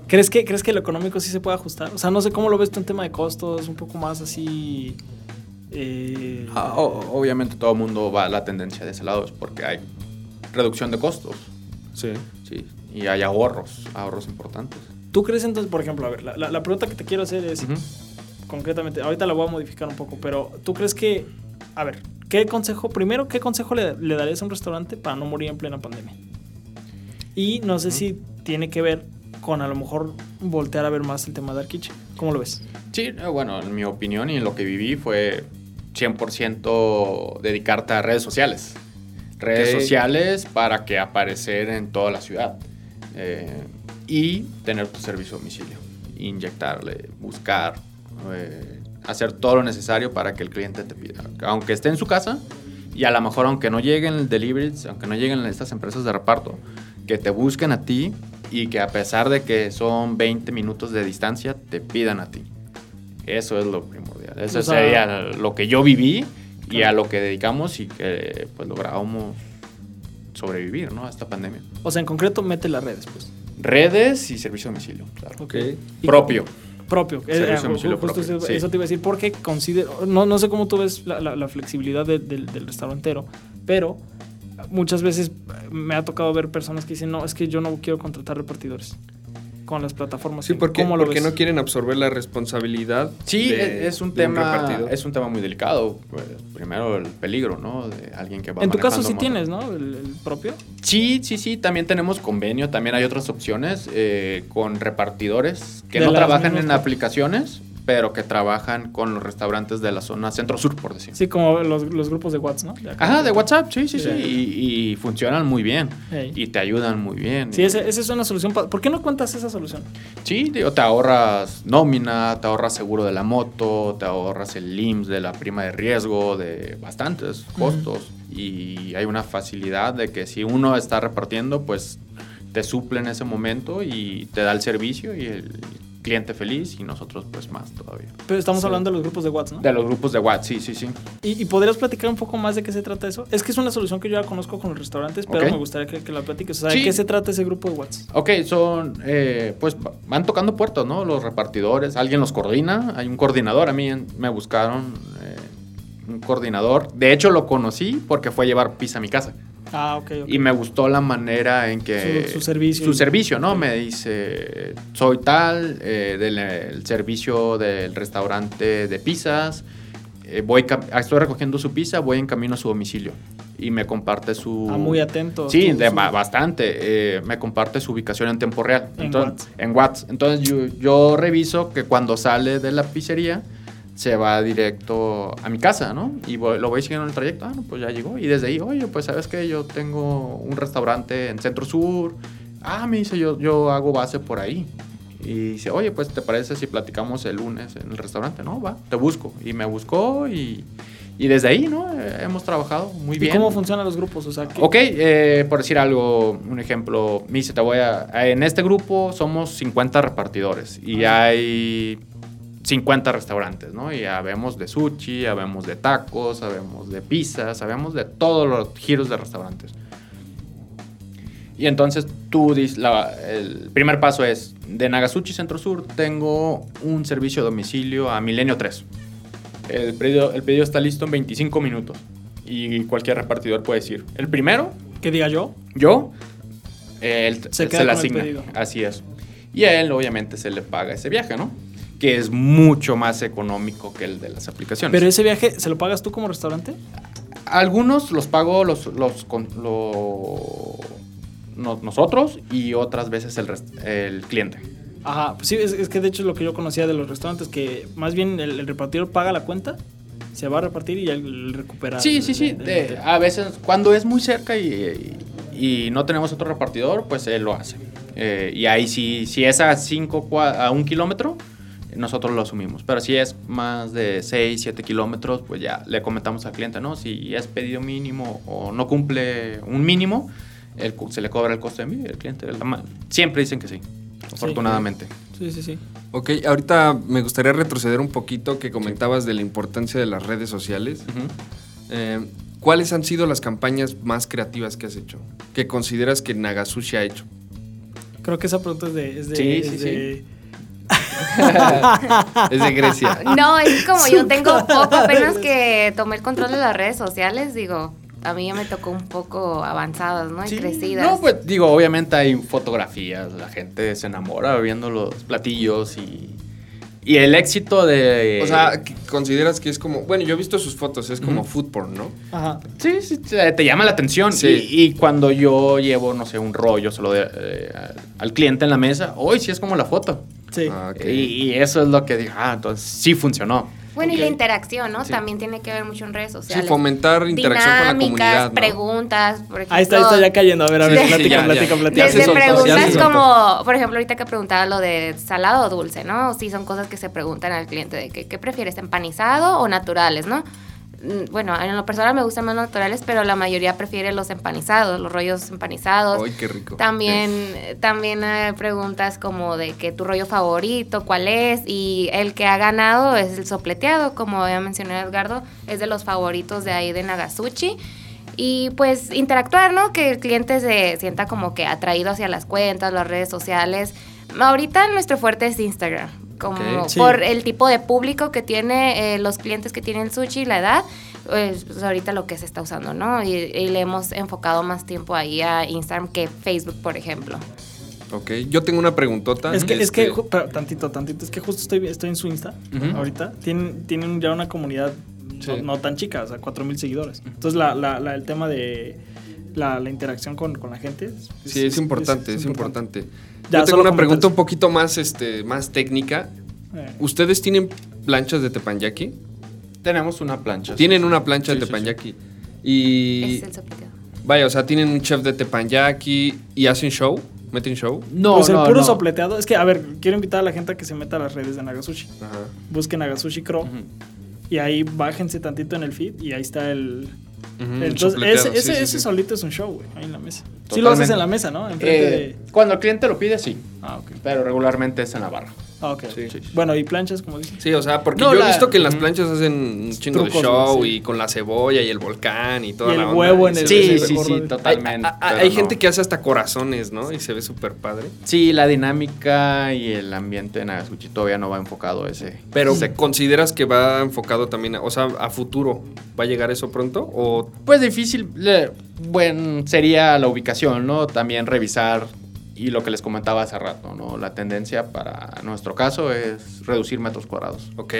Speaker 2: ¿Crees que, ¿Crees que lo económico sí se puede ajustar? O sea, no sé cómo lo ves tú en tema de costos, un poco más así. eh,
Speaker 4: Ah, o- obviamente todo el mundo va a la tendencia de ese lado es porque hay reducción de costos,
Speaker 3: Sí.
Speaker 4: sí, y hay ahorros, ahorros importantes.
Speaker 2: ¿Tú crees entonces, por ejemplo, a ver, la, la- la pregunta que te quiero hacer es
Speaker 4: Ujú.
Speaker 2: concretamente, ahorita la voy a modificar un poco, pero ¿tú crees que, a ver, qué consejo, primero, qué consejo le, le darías a un restaurante para no morir en plena pandemia? Y no sé si tiene que ver con a lo mejor voltear a ver más el tema de Arquiche. ¿Cómo lo ves?
Speaker 4: Sí, eh, bueno, en mi opinión y en lo que viví fue 100% dedicarte a redes sociales. Redes
Speaker 3: Ok.
Speaker 4: sociales para que aparecer en toda la ciudad eh, y tener tu servicio a domicilio. Inyectarle, buscar, eh, hacer todo lo necesario para que el cliente te pida. Aunque esté en su casa y a lo mejor aunque no lleguen deliveries, aunque no lleguen estas empresas de reparto, que te busquen a ti y que a pesar de que son 20 minutos de distancia, te pidan a ti. Eso es lo primordial. Eso
Speaker 2: O sea-
Speaker 4: sería lo que yo viví y a
Speaker 2: Claro.
Speaker 4: lo que dedicamos y que pues logramos sobrevivir ¿no? a esta pandemia.
Speaker 2: O sea, en concreto, mete las redes, pues.
Speaker 4: Redes y servicio a domicilio, claro.
Speaker 3: Ok.
Speaker 2: Y-
Speaker 4: Propio.
Speaker 2: Propio.
Speaker 4: Servicio
Speaker 2: Eh,
Speaker 4: a
Speaker 2: ju-
Speaker 4: domicilio
Speaker 2: justo
Speaker 4: propio,
Speaker 2: Eso,
Speaker 4: sí.
Speaker 2: eso te iba a decir, porque considero, no, no sé cómo tú ves la, la- la flexibilidad de- del- del restaurantero, pero muchas veces me ha tocado ver personas que dicen, no, es que yo no quiero contratar repartidores con las plataformas.
Speaker 3: Sí, porque,
Speaker 2: ¿Cómo lo
Speaker 3: porque
Speaker 2: ves?
Speaker 3: no quieren absorber la responsabilidad.
Speaker 4: Sí,
Speaker 3: de-
Speaker 4: es, es un
Speaker 3: de
Speaker 4: tema
Speaker 3: repartidor.
Speaker 4: es un tema muy delicado. Pues, primero el peligro, ¿no? De alguien que va
Speaker 2: En tu caso
Speaker 4: manejando
Speaker 2: sí
Speaker 4: moto.
Speaker 2: tienes, ¿no? El, el propio.
Speaker 4: Sí, sí, sí, también tenemos convenio, también hay otras opciones eh, con repartidores que
Speaker 2: De
Speaker 4: no
Speaker 2: las
Speaker 4: trabajan
Speaker 2: mismas
Speaker 4: en
Speaker 2: plat-
Speaker 4: aplicaciones, pero que trabajan con los restaurantes de la zona centro-sur, por decir.
Speaker 2: Sí, como los, los grupos de WhatsApp, ¿no? Ya
Speaker 4: Ajá,
Speaker 2: como-
Speaker 4: de WhatsApp, sí, sí,
Speaker 2: Sí.
Speaker 4: sí. Y, y funcionan muy bien.
Speaker 2: Ey.
Speaker 4: Y te ayudan muy bien.
Speaker 2: Sí,
Speaker 4: Y-
Speaker 2: esa, esa es una solución. pa- ¿Por qué no cuentas esa solución?
Speaker 4: Sí, digo, te ahorras nómina, te ahorras seguro de la moto, te ahorras el IMSS de la prima de riesgo, de bastantes costos. Y hay una facilidad de que si uno está repartiendo, pues te suple en ese momento y te da el servicio y el cliente feliz y nosotros pues más todavía.
Speaker 2: Pero estamos
Speaker 4: Sí.
Speaker 2: hablando de los grupos de WhatsApp, ¿no?
Speaker 4: De los grupos de WhatsApp, sí, sí, sí.
Speaker 2: ¿Y, y podrías platicar un poco más de qué se trata eso? Es que es una solución que yo ya conozco con los restaurantes, pero
Speaker 4: Ok.
Speaker 2: me gustaría que, que la platiques. O sea,
Speaker 4: Sí.
Speaker 2: ¿de qué se trata ese grupo de WhatsApp?
Speaker 4: Ok, son, eh, pues va- van tocando puertas, ¿no? Los repartidores, alguien los coordina, hay un coordinador, a mí en- me buscaron eh, un coordinador, de hecho lo conocí porque fue a llevar pizza a mi casa
Speaker 2: Ah, ok, ok.
Speaker 4: y me gustó la manera en que...
Speaker 2: Su- su servicio.
Speaker 4: Su servicio, ¿no? Me dice, soy tal, eh, del el servicio del restaurante de pizzas, eh, voy, cam- estoy recogiendo su pizza, voy en camino a su domicilio y me comparte su...
Speaker 2: Ah, muy atento.
Speaker 4: Sí,
Speaker 2: Tú,
Speaker 4: de
Speaker 2: su-
Speaker 4: ba- bastante. eh, me comparte su ubicación en tiempo real.
Speaker 2: En
Speaker 4: Entonces, en WhatsApp. Entonces yo, yo reviso que cuando sale de la pizzería se va directo a mi casa, ¿no? Y voy- lo voy siguiendo en el trayecto. Ah, no, pues ya llegó. Y desde ahí, oye, pues sabes que yo tengo un restaurante en Centro Sur. Ah, me dice, yo, yo hago base por ahí. Y dice, oye, pues te parece si platicamos el lunes en el restaurante, ¿no? Va, te busco. Y me buscó y, y desde ahí, ¿no? Eh, hemos trabajado muy
Speaker 2: ¿Y
Speaker 4: bien.
Speaker 2: cómo funcionan los grupos? O sea, ¿qué-
Speaker 4: Ok, eh, por decir algo, un ejemplo, me dice, te voy a... En este grupo somos 50 repartidores y hay 50 restaurantes, ¿no? Y habemos de sushi, habemos de tacos, habemos de pizzas, habemos de todos los giros de restaurantes. Y entonces tú dices, la- el primer paso es, de Nagasuchi Centro Sur tengo un servicio a domicilio a Milenio 3. El pedido, el pedido está listo en 25 minutos y cualquier repartidor puede decir, el primero,
Speaker 2: que diga yo?
Speaker 4: yo, él
Speaker 2: Se
Speaker 4: se,
Speaker 2: queda
Speaker 4: le
Speaker 2: con el
Speaker 4: asigna.
Speaker 2: pedido.
Speaker 4: Así es. Y a él obviamente se le paga ese viaje, ¿no? Que es mucho más económico que el de las aplicaciones.
Speaker 2: Pero ese viaje, ¿se lo pagas tú como restaurante?
Speaker 4: Algunos los pago los, los, con- lo- no- nosotros y otras veces el, rest- el cliente.
Speaker 2: Ajá, pues sí, es, es que de hecho es lo que yo conocía de los restaurantes, que más bien el, el repartidor paga la cuenta, se va a repartir y él recupera.
Speaker 4: Sí,
Speaker 2: el-
Speaker 4: sí, sí.
Speaker 2: el- el
Speaker 4: de- ah.
Speaker 2: hotel.
Speaker 4: a veces, cuando es muy cerca y, y no tenemos otro repartidor, pues él lo hace. Eh, y ahí sí, si es a 5, a un kilómetro, nosotros lo asumimos. Pero si es más de 6, 7 kilómetros, pues ya le comentamos al cliente, ¿no? Si es pedido mínimo o no cumple un mínimo, el cu- se le cobra el costo de envío y el cliente. la ma- Siempre dicen que sí, afortunadamente.
Speaker 2: Sí, sí, sí.
Speaker 3: Ok, ahorita me gustaría retroceder un poquito que comentabas de la importancia de las redes sociales.
Speaker 4: Ujú.
Speaker 3: Eh, ¿Cuáles han sido las campañas más creativas que has hecho? Que consideras que Nagasushi ha hecho?
Speaker 2: Creo que esa pregunta es de... es de-
Speaker 4: Sí,
Speaker 2: es
Speaker 4: sí,
Speaker 2: de-
Speaker 3: Es de Grecia.
Speaker 5: No, es que como yo tengo poco, apenas
Speaker 2: padres.
Speaker 5: que tomé el control de las redes sociales, digo, a mí ya me tocó un poco avanzadas, ¿no? Y
Speaker 4: Sí,
Speaker 5: crecidas.
Speaker 4: No, pues digo, obviamente hay fotografías, la gente se enamora viendo los platillos y, y el éxito de...
Speaker 3: O sea, que consideras que es como. Bueno, yo he visto sus fotos, es como
Speaker 4: Ujú.
Speaker 3: food porn, ¿no?
Speaker 2: Ajá.
Speaker 4: sí, sí, te te llama la atención.
Speaker 3: Sí.
Speaker 4: Y, y cuando yo llevo, no sé, un rollo solo de, eh, al- al cliente en la mesa, hoy sí es como la foto.
Speaker 2: Sí.
Speaker 3: Ah, ok.
Speaker 4: Y, y eso es lo que digo, ah, entonces sí funcionó.
Speaker 5: Bueno, y
Speaker 2: Ok.
Speaker 5: la interacción, ¿no?
Speaker 4: Sí.
Speaker 5: También tiene que ver mucho en redes
Speaker 3: Sí,
Speaker 5: sociales.
Speaker 3: fomentar interacción con la
Speaker 5: Dinámicas,
Speaker 3: comunidad. ¿no?
Speaker 5: preguntas, por ejemplo.
Speaker 2: Ahí está, ahí está ya cayendo. A ver, a
Speaker 3: Sí,
Speaker 2: ver,
Speaker 3: sí,
Speaker 2: platica,
Speaker 3: ya,
Speaker 2: platica,
Speaker 3: ya.
Speaker 2: platica.
Speaker 3: Ya se
Speaker 5: Desde
Speaker 3: soltó, ya se
Speaker 5: preguntas
Speaker 3: soltó.
Speaker 5: como, por ejemplo, ahorita que preguntaba lo de salado o dulce, ¿no? Sí, son cosas que se preguntan al cliente de que, ¿qué prefieres, empanizado o naturales, no? Mm, Bueno, en lo personal me gustan más los naturales, pero la mayoría prefiere los empanizados, los rollos empanizados.
Speaker 3: Ay, qué rico.
Speaker 5: También, también hay preguntas como de que tu rollo favorito, cuál es, y el que ha ganado es el sopleteado, como había mencionado Edgardo, es de los favoritos de ahí de Nagasuchi. Y pues interactuar, ¿no? Que el cliente se sienta como que atraído hacia las cuentas, las redes sociales. Ahorita nuestro fuerte es Instagram, como
Speaker 3: Ok.
Speaker 2: Sí.
Speaker 5: por el tipo de público que tiene, eh, los clientes que tienen el sushi, la edad, pues, pues, ahorita lo que se está usando, ¿no? Y, y le hemos enfocado más tiempo ahí a Instagram que Facebook, por ejemplo.
Speaker 3: Ok, yo tengo una preguntota.
Speaker 2: Es que, es que,
Speaker 3: este,
Speaker 2: ju- pero tantito, tantito, es que justo estoy, estoy en su Insta
Speaker 4: Ujú.
Speaker 2: ahorita. Tienen, tienen ya una comunidad
Speaker 3: Sí.
Speaker 2: no, no tan chica, o sea, 4000 seguidores. Entonces, la, la- la- el tema de la, la interacción con, con la gente. es-
Speaker 3: Sí, es importante, es, importante.
Speaker 2: Ya,
Speaker 3: yo tengo
Speaker 2: solo
Speaker 3: una pregunta
Speaker 2: comentarios.
Speaker 3: un poquito más, este, más técnica.
Speaker 2: Eh,
Speaker 3: ¿Ustedes tienen planchas de tepanyaki?
Speaker 4: Tenemos una plancha.
Speaker 3: Tienen una plancha
Speaker 4: Sí,
Speaker 3: de
Speaker 4: sí, sí.
Speaker 3: tepanyaki.
Speaker 5: Ese es
Speaker 3: Y
Speaker 5: el soplicado.
Speaker 3: vaya, o sea, tienen un chef de tepanyaki y hacen show, meten show.
Speaker 4: No,
Speaker 2: pues el
Speaker 4: no,
Speaker 2: puro
Speaker 4: no.
Speaker 2: sopleteado. Es que, a ver, quiero invitar a la gente a que se meta a las redes de Nagasushi. Busquen Nagasushi Crow
Speaker 4: Ujú.
Speaker 2: y ahí bájense tantito en el feed y ahí está el.
Speaker 3: Ujú,
Speaker 2: el-
Speaker 3: un
Speaker 2: Entonces,
Speaker 3: sopleteado,
Speaker 2: ese,
Speaker 3: Mm, sí,
Speaker 2: ese,
Speaker 3: sí,
Speaker 2: ese
Speaker 3: sí.
Speaker 2: solito es un show, güey, ahí en la mesa. Sí lo haces
Speaker 4: Totalmente.
Speaker 2: en la mesa, ¿no? Enfrente
Speaker 4: Eh,
Speaker 2: de.
Speaker 4: cuando el cliente lo pide, sí.
Speaker 2: Ah, ok.
Speaker 4: Pero regularmente es en la barra.
Speaker 2: Ah, ok.
Speaker 3: Sí.
Speaker 4: Sí, sí.
Speaker 2: Bueno, y planchas, como dije.
Speaker 3: Sí, o sea, porque
Speaker 4: No,
Speaker 3: yo he
Speaker 4: la-
Speaker 3: visto que en las
Speaker 4: Ujú.
Speaker 3: planchas hacen un chingo
Speaker 2: Trucos,
Speaker 3: de show
Speaker 2: ¿no? Sí.
Speaker 3: y con la cebolla y el volcán y toda
Speaker 2: Y el
Speaker 3: la
Speaker 2: huevo en
Speaker 3: onda. y
Speaker 2: el-
Speaker 3: se ve
Speaker 4: Sí,
Speaker 2: sí,
Speaker 4: sí,
Speaker 3: súper-
Speaker 2: recuerdo.
Speaker 4: sí,
Speaker 2: Hay-
Speaker 4: totalmente.
Speaker 3: Hay, hay-
Speaker 4: pero
Speaker 3: hay
Speaker 4: no.
Speaker 3: gente que hace hasta corazones, ¿no? Y se ve súper padre.
Speaker 4: Sí, la dinámica y el ambiente en Nagasuchi todavía no va enfocado a ese.
Speaker 3: Pero
Speaker 4: sector.
Speaker 3: ¿consideras que va enfocado también, a- o sea, a futuro? ¿Va a llegar eso pronto? ¿O
Speaker 4: Pues difícil, le- bueno, sería la ubicación, ¿no? También revisar y lo que les comentaba hace rato, ¿no? La tendencia para nuestro caso es reducir metros cuadrados.
Speaker 3: Ok.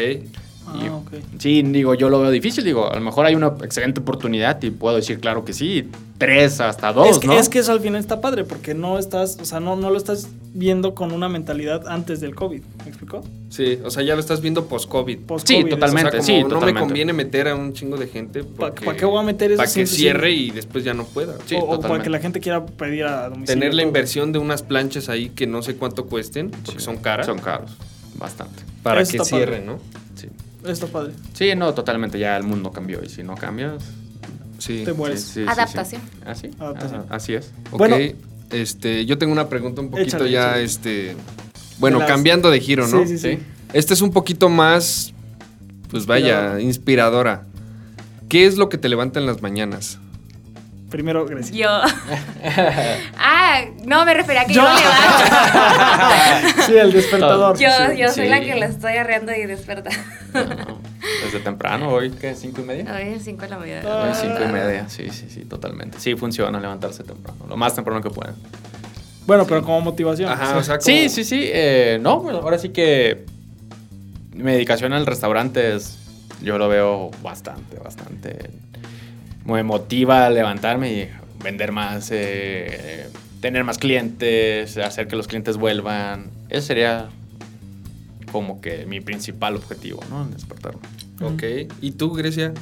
Speaker 4: Y-
Speaker 2: Ah, ok.
Speaker 4: Sí, digo, yo lo veo difícil, digo, a lo mejor hay una excelente oportunidad y puedo decir, claro que sí, tres hasta dos,
Speaker 2: es, que,
Speaker 4: ¿no?
Speaker 2: es que eso al final está padre porque no estás, o sea, no, no lo estás viendo con una mentalidad antes del COVID. ¿Me explicó?
Speaker 3: Sí, o sea, ya lo estás viendo post-COVID.
Speaker 2: Post-COVID,
Speaker 4: Sí, totalmente.
Speaker 3: o sea, como
Speaker 4: sí,
Speaker 3: no me
Speaker 4: totalmente.
Speaker 3: conviene meter a un chingo de gente.
Speaker 2: ¿Para
Speaker 3: porque-
Speaker 2: qué voy a meter eso?
Speaker 3: Para
Speaker 2: sin-
Speaker 3: que cierre y después ya no pueda.
Speaker 4: Sí,
Speaker 2: o, o para
Speaker 4: totalmente.
Speaker 2: que la gente quiera pedir a domicilio.
Speaker 3: Tener la
Speaker 2: todo.
Speaker 3: inversión de unas planchas ahí que no sé cuánto cuesten, porque
Speaker 4: Sí,
Speaker 3: son caras.
Speaker 4: Son caros, bastante.
Speaker 3: Para
Speaker 2: Eso
Speaker 3: que
Speaker 2: está padre.
Speaker 3: cierren, ¿no?
Speaker 4: Sí.
Speaker 2: Eso Está padre.
Speaker 4: Sí, no, totalmente, ya el mundo cambió y si no cambias...
Speaker 3: Sí.
Speaker 2: Te mueres.
Speaker 4: sí, sí, sí, sí.
Speaker 5: Adaptación.
Speaker 4: Así,
Speaker 2: Adaptación.
Speaker 4: ah, así es.
Speaker 3: Ok,
Speaker 2: Bueno.
Speaker 3: este, yo tengo una pregunta un poquito
Speaker 2: Échale,
Speaker 3: ya,
Speaker 2: échale.
Speaker 3: este. Bueno,
Speaker 2: De las-
Speaker 3: cambiando de giro, ¿no?
Speaker 2: Sí, sí, sí.
Speaker 4: Sí.
Speaker 3: Este es un poquito más, pues vaya, inspiradora. ¿Qué es lo que te levanta en las mañanas?
Speaker 2: Primero, Grecia.
Speaker 5: Yo. ah, no, me refería a que yo,
Speaker 2: Yo.
Speaker 5: me levanto.
Speaker 2: Sí, el despertador.
Speaker 5: yo yo soy
Speaker 4: Sí.
Speaker 5: la que la estoy arreando y desperta.
Speaker 4: No, no, Desde temprano, hoy, ¿qué? ¿Cinco y media?
Speaker 5: Hoy es 5 de la mañana.
Speaker 4: Hoy cinco y media, sí, sí, sí, totalmente. Sí, funciona levantarse temprano, lo más temprano que puedan.
Speaker 2: Bueno, pero como motivación.
Speaker 3: Ajá, o sea, como-
Speaker 4: Sí, sí, sí, eh, no, bueno, ahora sí que mi dedicación al restaurante es, yo lo veo bastante, bastante, me motiva a levantarme y vender más, eh, tener más clientes, hacer que los clientes vuelvan, ese sería como que mi principal objetivo, ¿no? En despertarme.
Speaker 3: Ok. ¿Y tú, Grecia?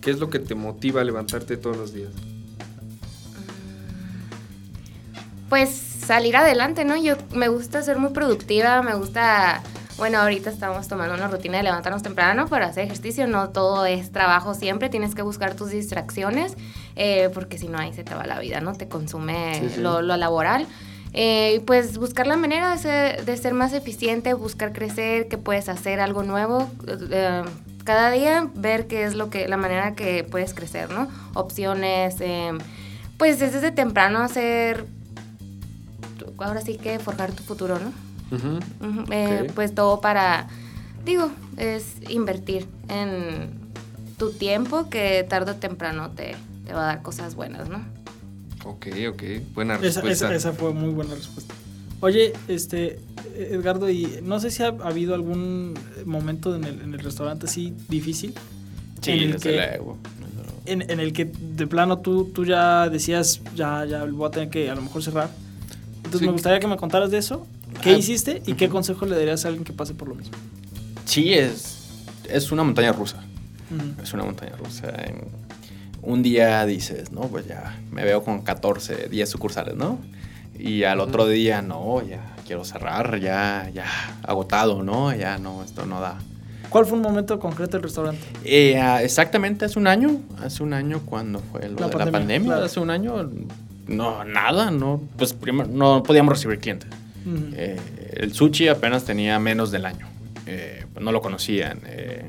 Speaker 3: ¿Qué es lo que te motiva a levantarte todos los días?
Speaker 5: Pues salir adelante, ¿no? Yo me gusta ser muy productiva, me gusta. Bueno, ahorita estamos tomando una rutina de levantarnos temprano para hacer ejercicio. No todo es trabajo siempre. Tienes que buscar tus distracciones eh, porque si no ahí se te va la vida, ¿no? Te consume Lo, lo laboral. Eh, y pues buscar la manera de ser, de ser más eficiente, buscar crecer, que puedes hacer algo nuevo. eh, cada día ver qué es lo que, la manera que puedes crecer, ¿no? Opciones. eh, pues es desde temprano hacer tu- ahora sí que forjar tu futuro, ¿no? Ujú, eh,
Speaker 3: Ok.
Speaker 5: Pues todo para, digo, es invertir en tu tiempo que tarde o temprano te, te va a dar cosas buenas, ¿no?
Speaker 3: Ok, ok. Buena
Speaker 2: Esa,
Speaker 3: respuesta.
Speaker 2: esa- esa fue muy buena respuesta. Oye, este, Edgardo, y no sé si ha habido algún momento en el, en el restaurante así difícil. en el que, en, en el que de plano tú, tú ya decías, ya, ya voy a tener que a lo mejor cerrar. Entonces
Speaker 3: Sí.
Speaker 2: me gustaría que me contaras de eso. ¿Qué
Speaker 4: Ah,
Speaker 2: hiciste y qué consejo le darías a alguien que pase por lo mismo?
Speaker 4: Sí, es, es una montaña rusa.
Speaker 2: Ujú.
Speaker 4: Es una montaña rusa. En- un día dices, no, pues ya me veo con 14, 10 sucursales, ¿no? Y al otro día, no, ya quiero cerrar, ya, ya, agotado, ¿no? Ya no, esto no da.
Speaker 2: ¿Cuál fue un momento concreto del restaurante?
Speaker 4: Eh, ah, exactamente hace un año, hace un año cuando fue lo
Speaker 2: La
Speaker 4: de
Speaker 2: pandemia,
Speaker 4: la pandemia,
Speaker 2: claro.
Speaker 4: hace un año, no, nada, no, pues primero, no podíamos recibir clientes.
Speaker 2: Ujú.
Speaker 4: Eh, el sushi apenas tenía menos del año. Eh, pues no lo conocían. eh.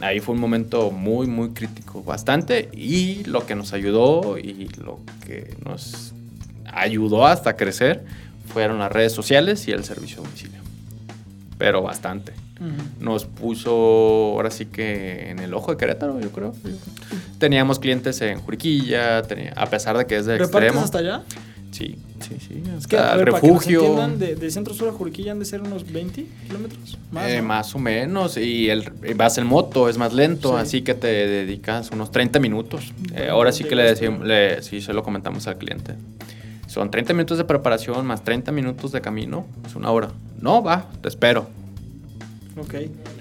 Speaker 4: ahí fue un momento muy, muy crítico, bastante. Y lo que nos ayudó y lo que nos ayudó hasta crecer fueron las redes sociales y el servicio a domicilio. Pero bastante.
Speaker 2: Ujú.
Speaker 4: Nos puso ahora sí que en el ojo de Querétaro, yo creo. Teníamos clientes en Juriquilla, tenía- a pesar de que es de
Speaker 2: ¿Repartes
Speaker 4: extremo.
Speaker 2: hasta allá?
Speaker 4: Sí, sí, sí.
Speaker 2: Es que,
Speaker 4: hasta
Speaker 2: a ver, para que nos
Speaker 4: refugio.
Speaker 2: entiendan, de, de Centro Sur a Juriquilla han de ser unos 20 kilómetros. Más.
Speaker 4: Eh,
Speaker 2: ¿no?
Speaker 4: más o menos. Y el, vas en moto, es más lento,
Speaker 2: Sí.
Speaker 4: así que te dedicas unos 30 minutos. Eh, ahora sí que le decimos, le- sí se lo comentamos al cliente. Son 30 minutos de preparación más 30 minutos de camino, es una hora. No, va, te espero.
Speaker 2: Ok.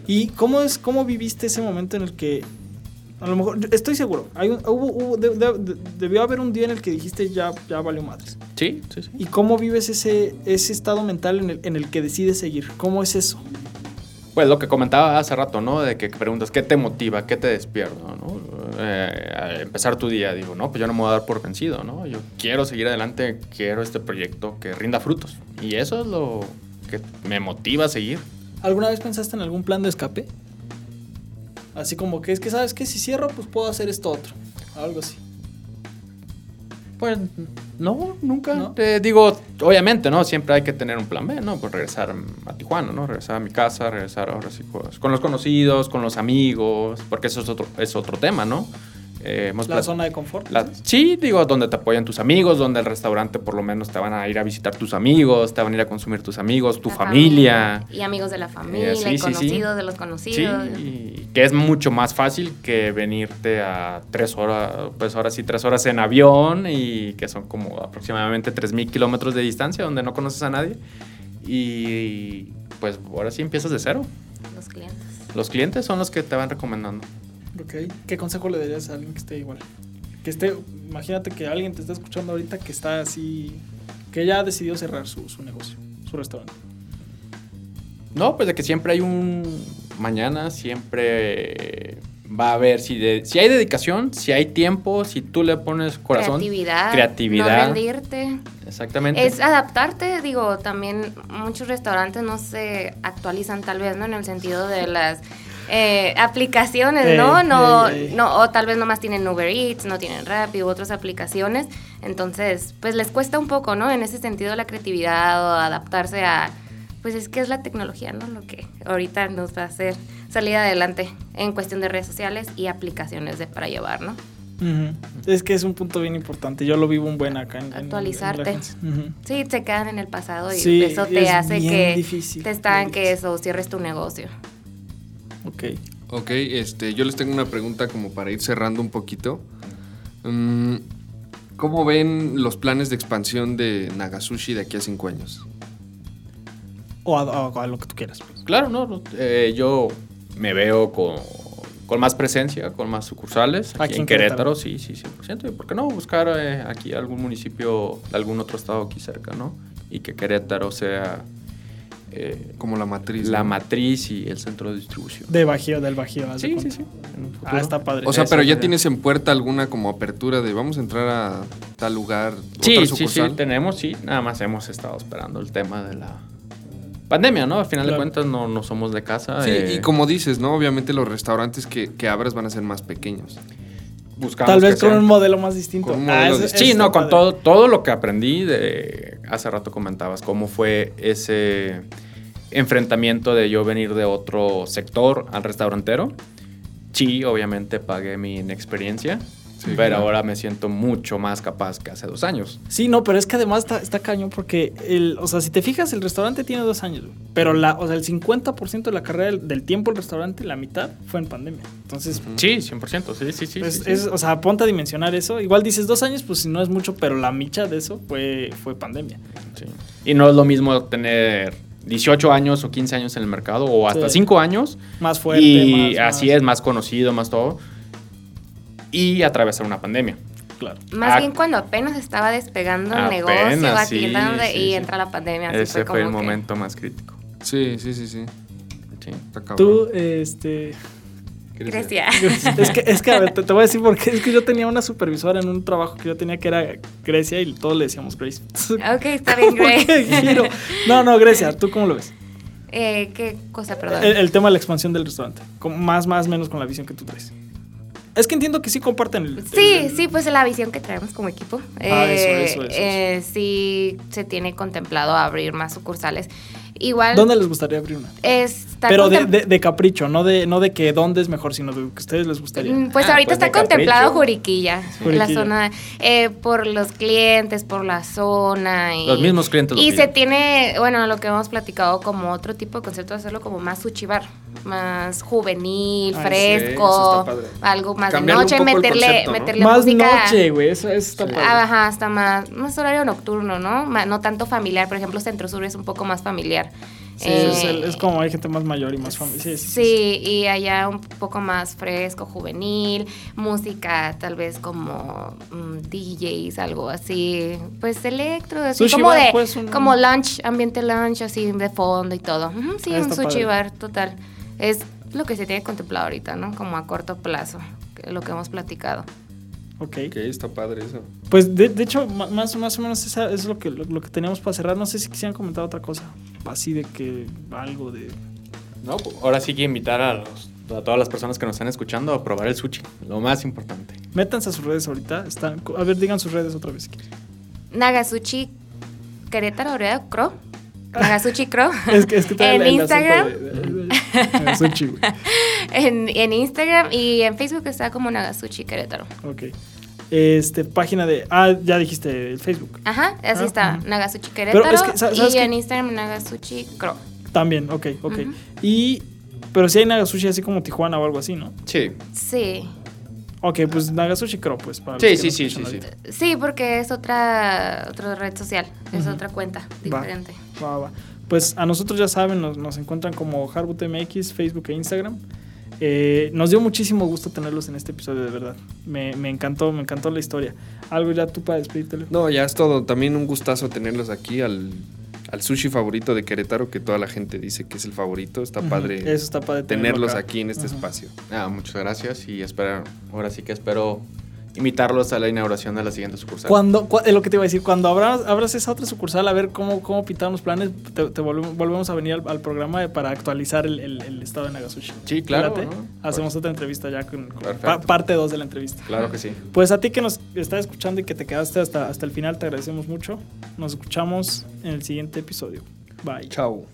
Speaker 2: ¿Y cómo es, cómo viviste ese momento en el que, a lo mejor, estoy seguro, hay un- hubo, hubo- de- de- debió haber un día en el que dijiste ya, ya valió madres.
Speaker 4: Sí, sí, sí.
Speaker 2: ¿Y cómo vives ese, ese estado mental en el, en el que decides seguir? ¿Cómo es eso?
Speaker 4: Pues lo que comentaba hace rato, ¿no? De que preguntas, ¿qué te motiva? ¿Qué te despierta? ¿no? Eh, al empezar tu día, digo, no, pues yo no me voy a dar por vencido, ¿no? Yo quiero seguir adelante, quiero este proyecto que rinda frutos. Y eso es lo que me motiva a seguir.
Speaker 2: ¿Alguna vez pensaste en algún plan de escape? Así como que es que, ¿sabes que Si cierro, pues puedo hacer esto otro. Algo así.
Speaker 4: Pues no, nunca.
Speaker 2: ¿No?
Speaker 4: Te digo, obviamente, ¿no? Siempre hay que tener un plan B, ¿no? Pues regresar a Tijuana, ¿no? Regresar a mi casa, regresar ahora sí con, con los conocidos, con los amigos, porque eso es otro, es otro tema, ¿no? Eh, hemos
Speaker 2: La
Speaker 4: plat-
Speaker 2: zona de confort.
Speaker 4: la-
Speaker 2: dices?
Speaker 4: sí, digo, donde te apoyan tus amigos, donde el restaurante por lo menos te van a ir a visitar tus amigos, te van a ir a consumir tus amigos, tu
Speaker 5: La
Speaker 4: familia. Eh,
Speaker 5: Y amigos de la familia,
Speaker 4: sí, sí,
Speaker 5: y
Speaker 4: sí.
Speaker 5: conocidos de los conocidos.
Speaker 4: Sí, y que es mucho más fácil que venirte a tres horas, pues ahora sí, tres horas en avión y que son como aproximadamente 3.000 kilómetros de distancia donde no conoces a nadie. Y pues ahora sí empiezas de cero.
Speaker 5: Los clientes.
Speaker 4: Los clientes son los que te van recomendando.
Speaker 2: Ok. ¿Qué consejo le darías a alguien que esté igual? Que esté, imagínate que alguien te está escuchando ahorita que está así, que ya decidió cerrar su, su negocio, su restaurante.
Speaker 4: No, pues de que siempre hay un mañana, siempre va a haber si, de- si hay dedicación, si hay tiempo, si tú le pones corazón.
Speaker 5: creatividad.
Speaker 4: creatividad.
Speaker 5: No rendirte.
Speaker 4: Exactamente.
Speaker 5: Es adaptarte, digo, también muchos restaurantes no se actualizan tal vez, ¿no? En el sentido de las eh, aplicaciones, ¿no?
Speaker 2: Ey,
Speaker 5: No,
Speaker 2: ey, ey.
Speaker 5: no, o tal vez nomás tienen Uber Eats, no tienen Rappi u otras aplicaciones. Entonces, pues les cuesta un poco, ¿no? En ese sentido la creatividad o adaptarse a, pues es que es la tecnología, ¿no? Lo que ahorita nos va a hacer salir adelante en cuestión de redes sociales y aplicaciones de, para llevar, ¿no?
Speaker 2: Es que es un punto bien importante. Yo lo vivo un buen acá. en- en- en la
Speaker 5: Actualizarte.
Speaker 2: agencia. Ujú.
Speaker 5: Sí, se quedan en el pasado y
Speaker 2: Sí,
Speaker 5: eso te
Speaker 2: es
Speaker 5: hace
Speaker 2: bien
Speaker 5: que
Speaker 2: difícil,
Speaker 5: te
Speaker 2: bien
Speaker 5: estanques o cierres tu negocio.
Speaker 2: Ok.
Speaker 3: Ok, este, yo les tengo una pregunta como para ir cerrando un poquito. Mm, ¿Cómo ven los planes de expansión de Nagasushi de aquí a cinco años?
Speaker 2: O a, o a lo que tú quieras. pues.
Speaker 4: Claro, no. no, eh, yo me veo con, con más presencia, con más sucursales.
Speaker 2: Ah,
Speaker 4: Aquí, en Querétaro, sí, sí, 100%. ¿Y por qué no buscar eh, aquí algún municipio de algún otro estado aquí cerca, no? Y que Querétaro sea eh,
Speaker 3: Como la matriz.
Speaker 4: la
Speaker 3: ¿no?
Speaker 4: matriz y el centro de distribución.
Speaker 2: De Bajío, del Bajío. haz de
Speaker 4: Sí, sí,
Speaker 2: cuenta.
Speaker 4: sí. en un futuro.
Speaker 2: Ah, está padre.
Speaker 3: O sea,
Speaker 4: Esa
Speaker 3: pero
Speaker 4: es la
Speaker 3: ya
Speaker 4: idea.
Speaker 3: tienes en puerta alguna como apertura de vamos a entrar a tal lugar,
Speaker 4: Sí,
Speaker 3: otra
Speaker 4: sí, sí,
Speaker 3: sucursal.
Speaker 4: tenemos, sí. Nada más hemos estado esperando el tema de la pandemia, ¿no? Al final
Speaker 2: Claro.
Speaker 4: de cuentas no, no somos de casa.
Speaker 3: Sí,
Speaker 4: eh,
Speaker 3: y como dices, ¿no? Obviamente los restaurantes que, que abras van a ser más pequeños.
Speaker 4: buscamos
Speaker 2: Tal
Speaker 4: que
Speaker 2: vez con
Speaker 4: sean-
Speaker 2: un modelo más distinto. Ah,
Speaker 3: Con un modelo
Speaker 2: eso-
Speaker 3: distinto.
Speaker 2: eso
Speaker 4: Sí, no,
Speaker 2: está padre.
Speaker 4: con todo, todo lo que aprendí de hace rato comentabas, cómo fue ese enfrentamiento de yo venir de otro sector al restaurantero. Sí, obviamente pagué mi inexperiencia,
Speaker 3: Sí,
Speaker 4: pero
Speaker 3: claro.
Speaker 4: ahora me siento mucho más capaz que hace dos años.
Speaker 2: Sí, no, pero es que además está, está cañón porque, el, o sea, si te fijas, el restaurante tiene dos años, güey, pero la, o sea, el 50% de la carrera del, del tiempo del restaurante, la mitad, fue en pandemia. Entonces,
Speaker 4: Sí, 100%, sí, sí, sí.
Speaker 2: pues,
Speaker 4: sí, sí.
Speaker 2: Mm. es- o sea, ponte a dimensionar eso. Igual dices dos años, pues si no es mucho, pero la micha de eso fue, fue pandemia.
Speaker 4: Sí. Y no es lo mismo tener 18 años o 15 años en el mercado o hasta
Speaker 2: Sí.
Speaker 4: 5 años
Speaker 2: Más fuerte.
Speaker 4: y
Speaker 2: más-
Speaker 4: así
Speaker 2: más-
Speaker 4: es, más conocido, más todo. Y atravesar una pandemia.
Speaker 2: Claro.
Speaker 5: Más
Speaker 4: Ah.
Speaker 5: bien cuando apenas estaba despegando el
Speaker 4: Apenas,
Speaker 5: negocio,
Speaker 4: sí,
Speaker 5: aquí dándole-
Speaker 4: sí,
Speaker 5: y
Speaker 4: sí.
Speaker 5: entra la pandemia. así
Speaker 4: Ese
Speaker 5: como
Speaker 4: fue el
Speaker 5: que-
Speaker 4: momento más crítico.
Speaker 3: Sí, sí, sí, sí. Está cabrón.
Speaker 2: Tú, este...
Speaker 5: Grecia.
Speaker 2: es que, es que a ver, te, te voy a decir porque es que yo tenía una supervisora en un trabajo que yo tenía que era Grecia y todos le decíamos Grace.
Speaker 5: ok, Ah, está bien,
Speaker 2: ¿Cómo que giro?
Speaker 5: Greg.
Speaker 2: No, no, Grecia, ¿tú cómo lo ves?
Speaker 5: eh, ¿Qué cosa, perdón?
Speaker 2: El, el tema de la expansión del restaurante. Como más, más, menos con la visión que tú traes. Es que entiendo que sí comparten el. el-
Speaker 5: Sí,
Speaker 2: el-
Speaker 5: sí, pues la visión que traemos como equipo.
Speaker 2: Ah, eso,
Speaker 5: Eh,
Speaker 2: eso, eso,
Speaker 5: eh, sí, se tiene contemplado abrir más sucursales. Igual.
Speaker 2: ¿Dónde les gustaría abrir una?
Speaker 5: Está
Speaker 2: Pero de,
Speaker 5: contem-
Speaker 2: de- de capricho, no de, no de que dónde es mejor, sino de que a ustedes les gustaría.
Speaker 5: Mm, Pues
Speaker 4: Ah,
Speaker 5: ahorita
Speaker 4: pues,
Speaker 5: está
Speaker 4: de capricho.
Speaker 5: contemplado Juriquilla,
Speaker 2: Juriquilla.
Speaker 5: la zona, eh, por los clientes, por la zona. Y,
Speaker 4: Los mismos clientes lo
Speaker 5: Y se
Speaker 4: piden.
Speaker 5: tiene, bueno, lo que hemos platicado como otro tipo de concepto, hacerlo como más suchibar, más
Speaker 2: Ay,
Speaker 5: juvenil,
Speaker 2: sí,
Speaker 5: fresco,
Speaker 3: eso está
Speaker 5: algo más
Speaker 3: Cambiarle un
Speaker 5: de noche,
Speaker 3: poco el
Speaker 5: meterle,
Speaker 3: concepto, ¿no?
Speaker 5: meterle
Speaker 2: Más
Speaker 5: música.
Speaker 2: noche, güey. Eso, eso está padre.
Speaker 5: Ah, Ajá, hasta más, más horario nocturno, ¿no? Ma- no tanto familiar, por ejemplo, Centro Sur es un poco más familiar. familiar.
Speaker 2: Sí,
Speaker 5: Eh,
Speaker 2: es, el- es como hay gente más mayor y más familiar. Sí, sí, sí.
Speaker 5: Sí, y allá un poco más fresco, juvenil, música tal vez como mm, DJs, algo así, pues electro, así
Speaker 2: Sushi
Speaker 5: como
Speaker 2: bar,
Speaker 5: de
Speaker 2: pues, un-
Speaker 5: como lunch, ambiente lunch, así de fondo y todo. Ujú, sí,
Speaker 2: Ah,
Speaker 5: un
Speaker 2: está
Speaker 5: sushi
Speaker 2: padre.
Speaker 5: bar total. Es lo que se tiene contemplado ahorita, ¿no? Como a corto plazo, que- lo que hemos platicado.
Speaker 2: Ok.
Speaker 3: Ok, está padre eso.
Speaker 2: Pues de, de hecho, ma- más, más o menos esa es lo que, lo, lo que teníamos para cerrar. No sé si quisieran comentar otra cosa. Así de que algo de.
Speaker 4: No, pues, ahora sí que invitar a, los- a todas las personas que nos están escuchando a probar el sushi, lo más importante.
Speaker 2: Métanse a sus redes ahorita. Están, a ver, digan sus redes otra vez. si quieren.
Speaker 5: Nagasuchi Querétaro, ¿verdad? Cro. Nagasuchi Cro.
Speaker 2: Es que, es que trae
Speaker 5: en
Speaker 2: el- el
Speaker 5: Instagram.
Speaker 2: acento de- de- de- de sushi, güey.
Speaker 5: En, en Instagram y en Facebook está como Nagasuchi Querétaro.
Speaker 2: Ok. Este, página de. Ah, ya dijiste el Facebook.
Speaker 5: Ajá, así
Speaker 2: Ah,
Speaker 5: está,
Speaker 2: ujú.
Speaker 5: Nagasuchi
Speaker 2: Pero
Speaker 5: Querétaro
Speaker 2: es que, sa- ¿sabes
Speaker 5: y
Speaker 2: qué?
Speaker 5: en Instagram Nagasuchi Cro.
Speaker 2: También, ok, ok.
Speaker 5: Ujú.
Speaker 2: Y. Pero si hay Nagasushi así como Tijuana o algo así, ¿no?
Speaker 3: Sí.
Speaker 5: Sí.
Speaker 2: Ok, pues Nagasushi creo, pues. Para los
Speaker 3: Sí,
Speaker 2: que
Speaker 3: sí,
Speaker 2: nos
Speaker 3: sí,
Speaker 2: escuchan
Speaker 3: sí, sí.
Speaker 2: ahorita.
Speaker 5: Sí, porque es otra, otra red social, es
Speaker 2: Ujú.
Speaker 5: otra cuenta
Speaker 2: Va.
Speaker 5: diferente.
Speaker 2: Va, va. Pues a nosotros ya saben, nos, nos encuentran como Harbut MX, Facebook e Instagram. Eh, nos dio muchísimo gusto tenerlos en este episodio, de verdad. Me, me encantó, me encantó la historia. Algo ya tú para despedirte. Leo?
Speaker 3: No, ya es todo. También un gustazo tenerlos aquí al, al sushi favorito de Querétaro, que toda la gente dice que es el favorito. Está
Speaker 2: Ujú.
Speaker 3: padre
Speaker 2: Eso está padre tenerlo
Speaker 3: tenerlos
Speaker 2: acá.
Speaker 3: aquí en este
Speaker 2: Ujú.
Speaker 3: espacio.
Speaker 4: Ah, muchas gracias y espera, ahora sí que espero invitarlos a la inauguración de la siguiente sucursal.
Speaker 2: Cuando, cua- es lo que te iba a decir, cuando abras, abras esa otra sucursal a ver cómo, cómo pintaron los planes, te, te volvemos, volvemos a venir al, al programa de- para actualizar el, el- el estado de Nagasushi.
Speaker 4: Sí, claro,
Speaker 2: Late.
Speaker 4: ¿no?
Speaker 2: Hacemos otra entrevista ya con, con
Speaker 4: Perfecto.
Speaker 2: pa- parte 2 de la entrevista.
Speaker 4: Claro que sí.
Speaker 2: Pues a ti que nos estás escuchando y que te quedaste hasta, hasta el final, te agradecemos mucho. Nos escuchamos en el siguiente episodio. Bye.
Speaker 3: Chao.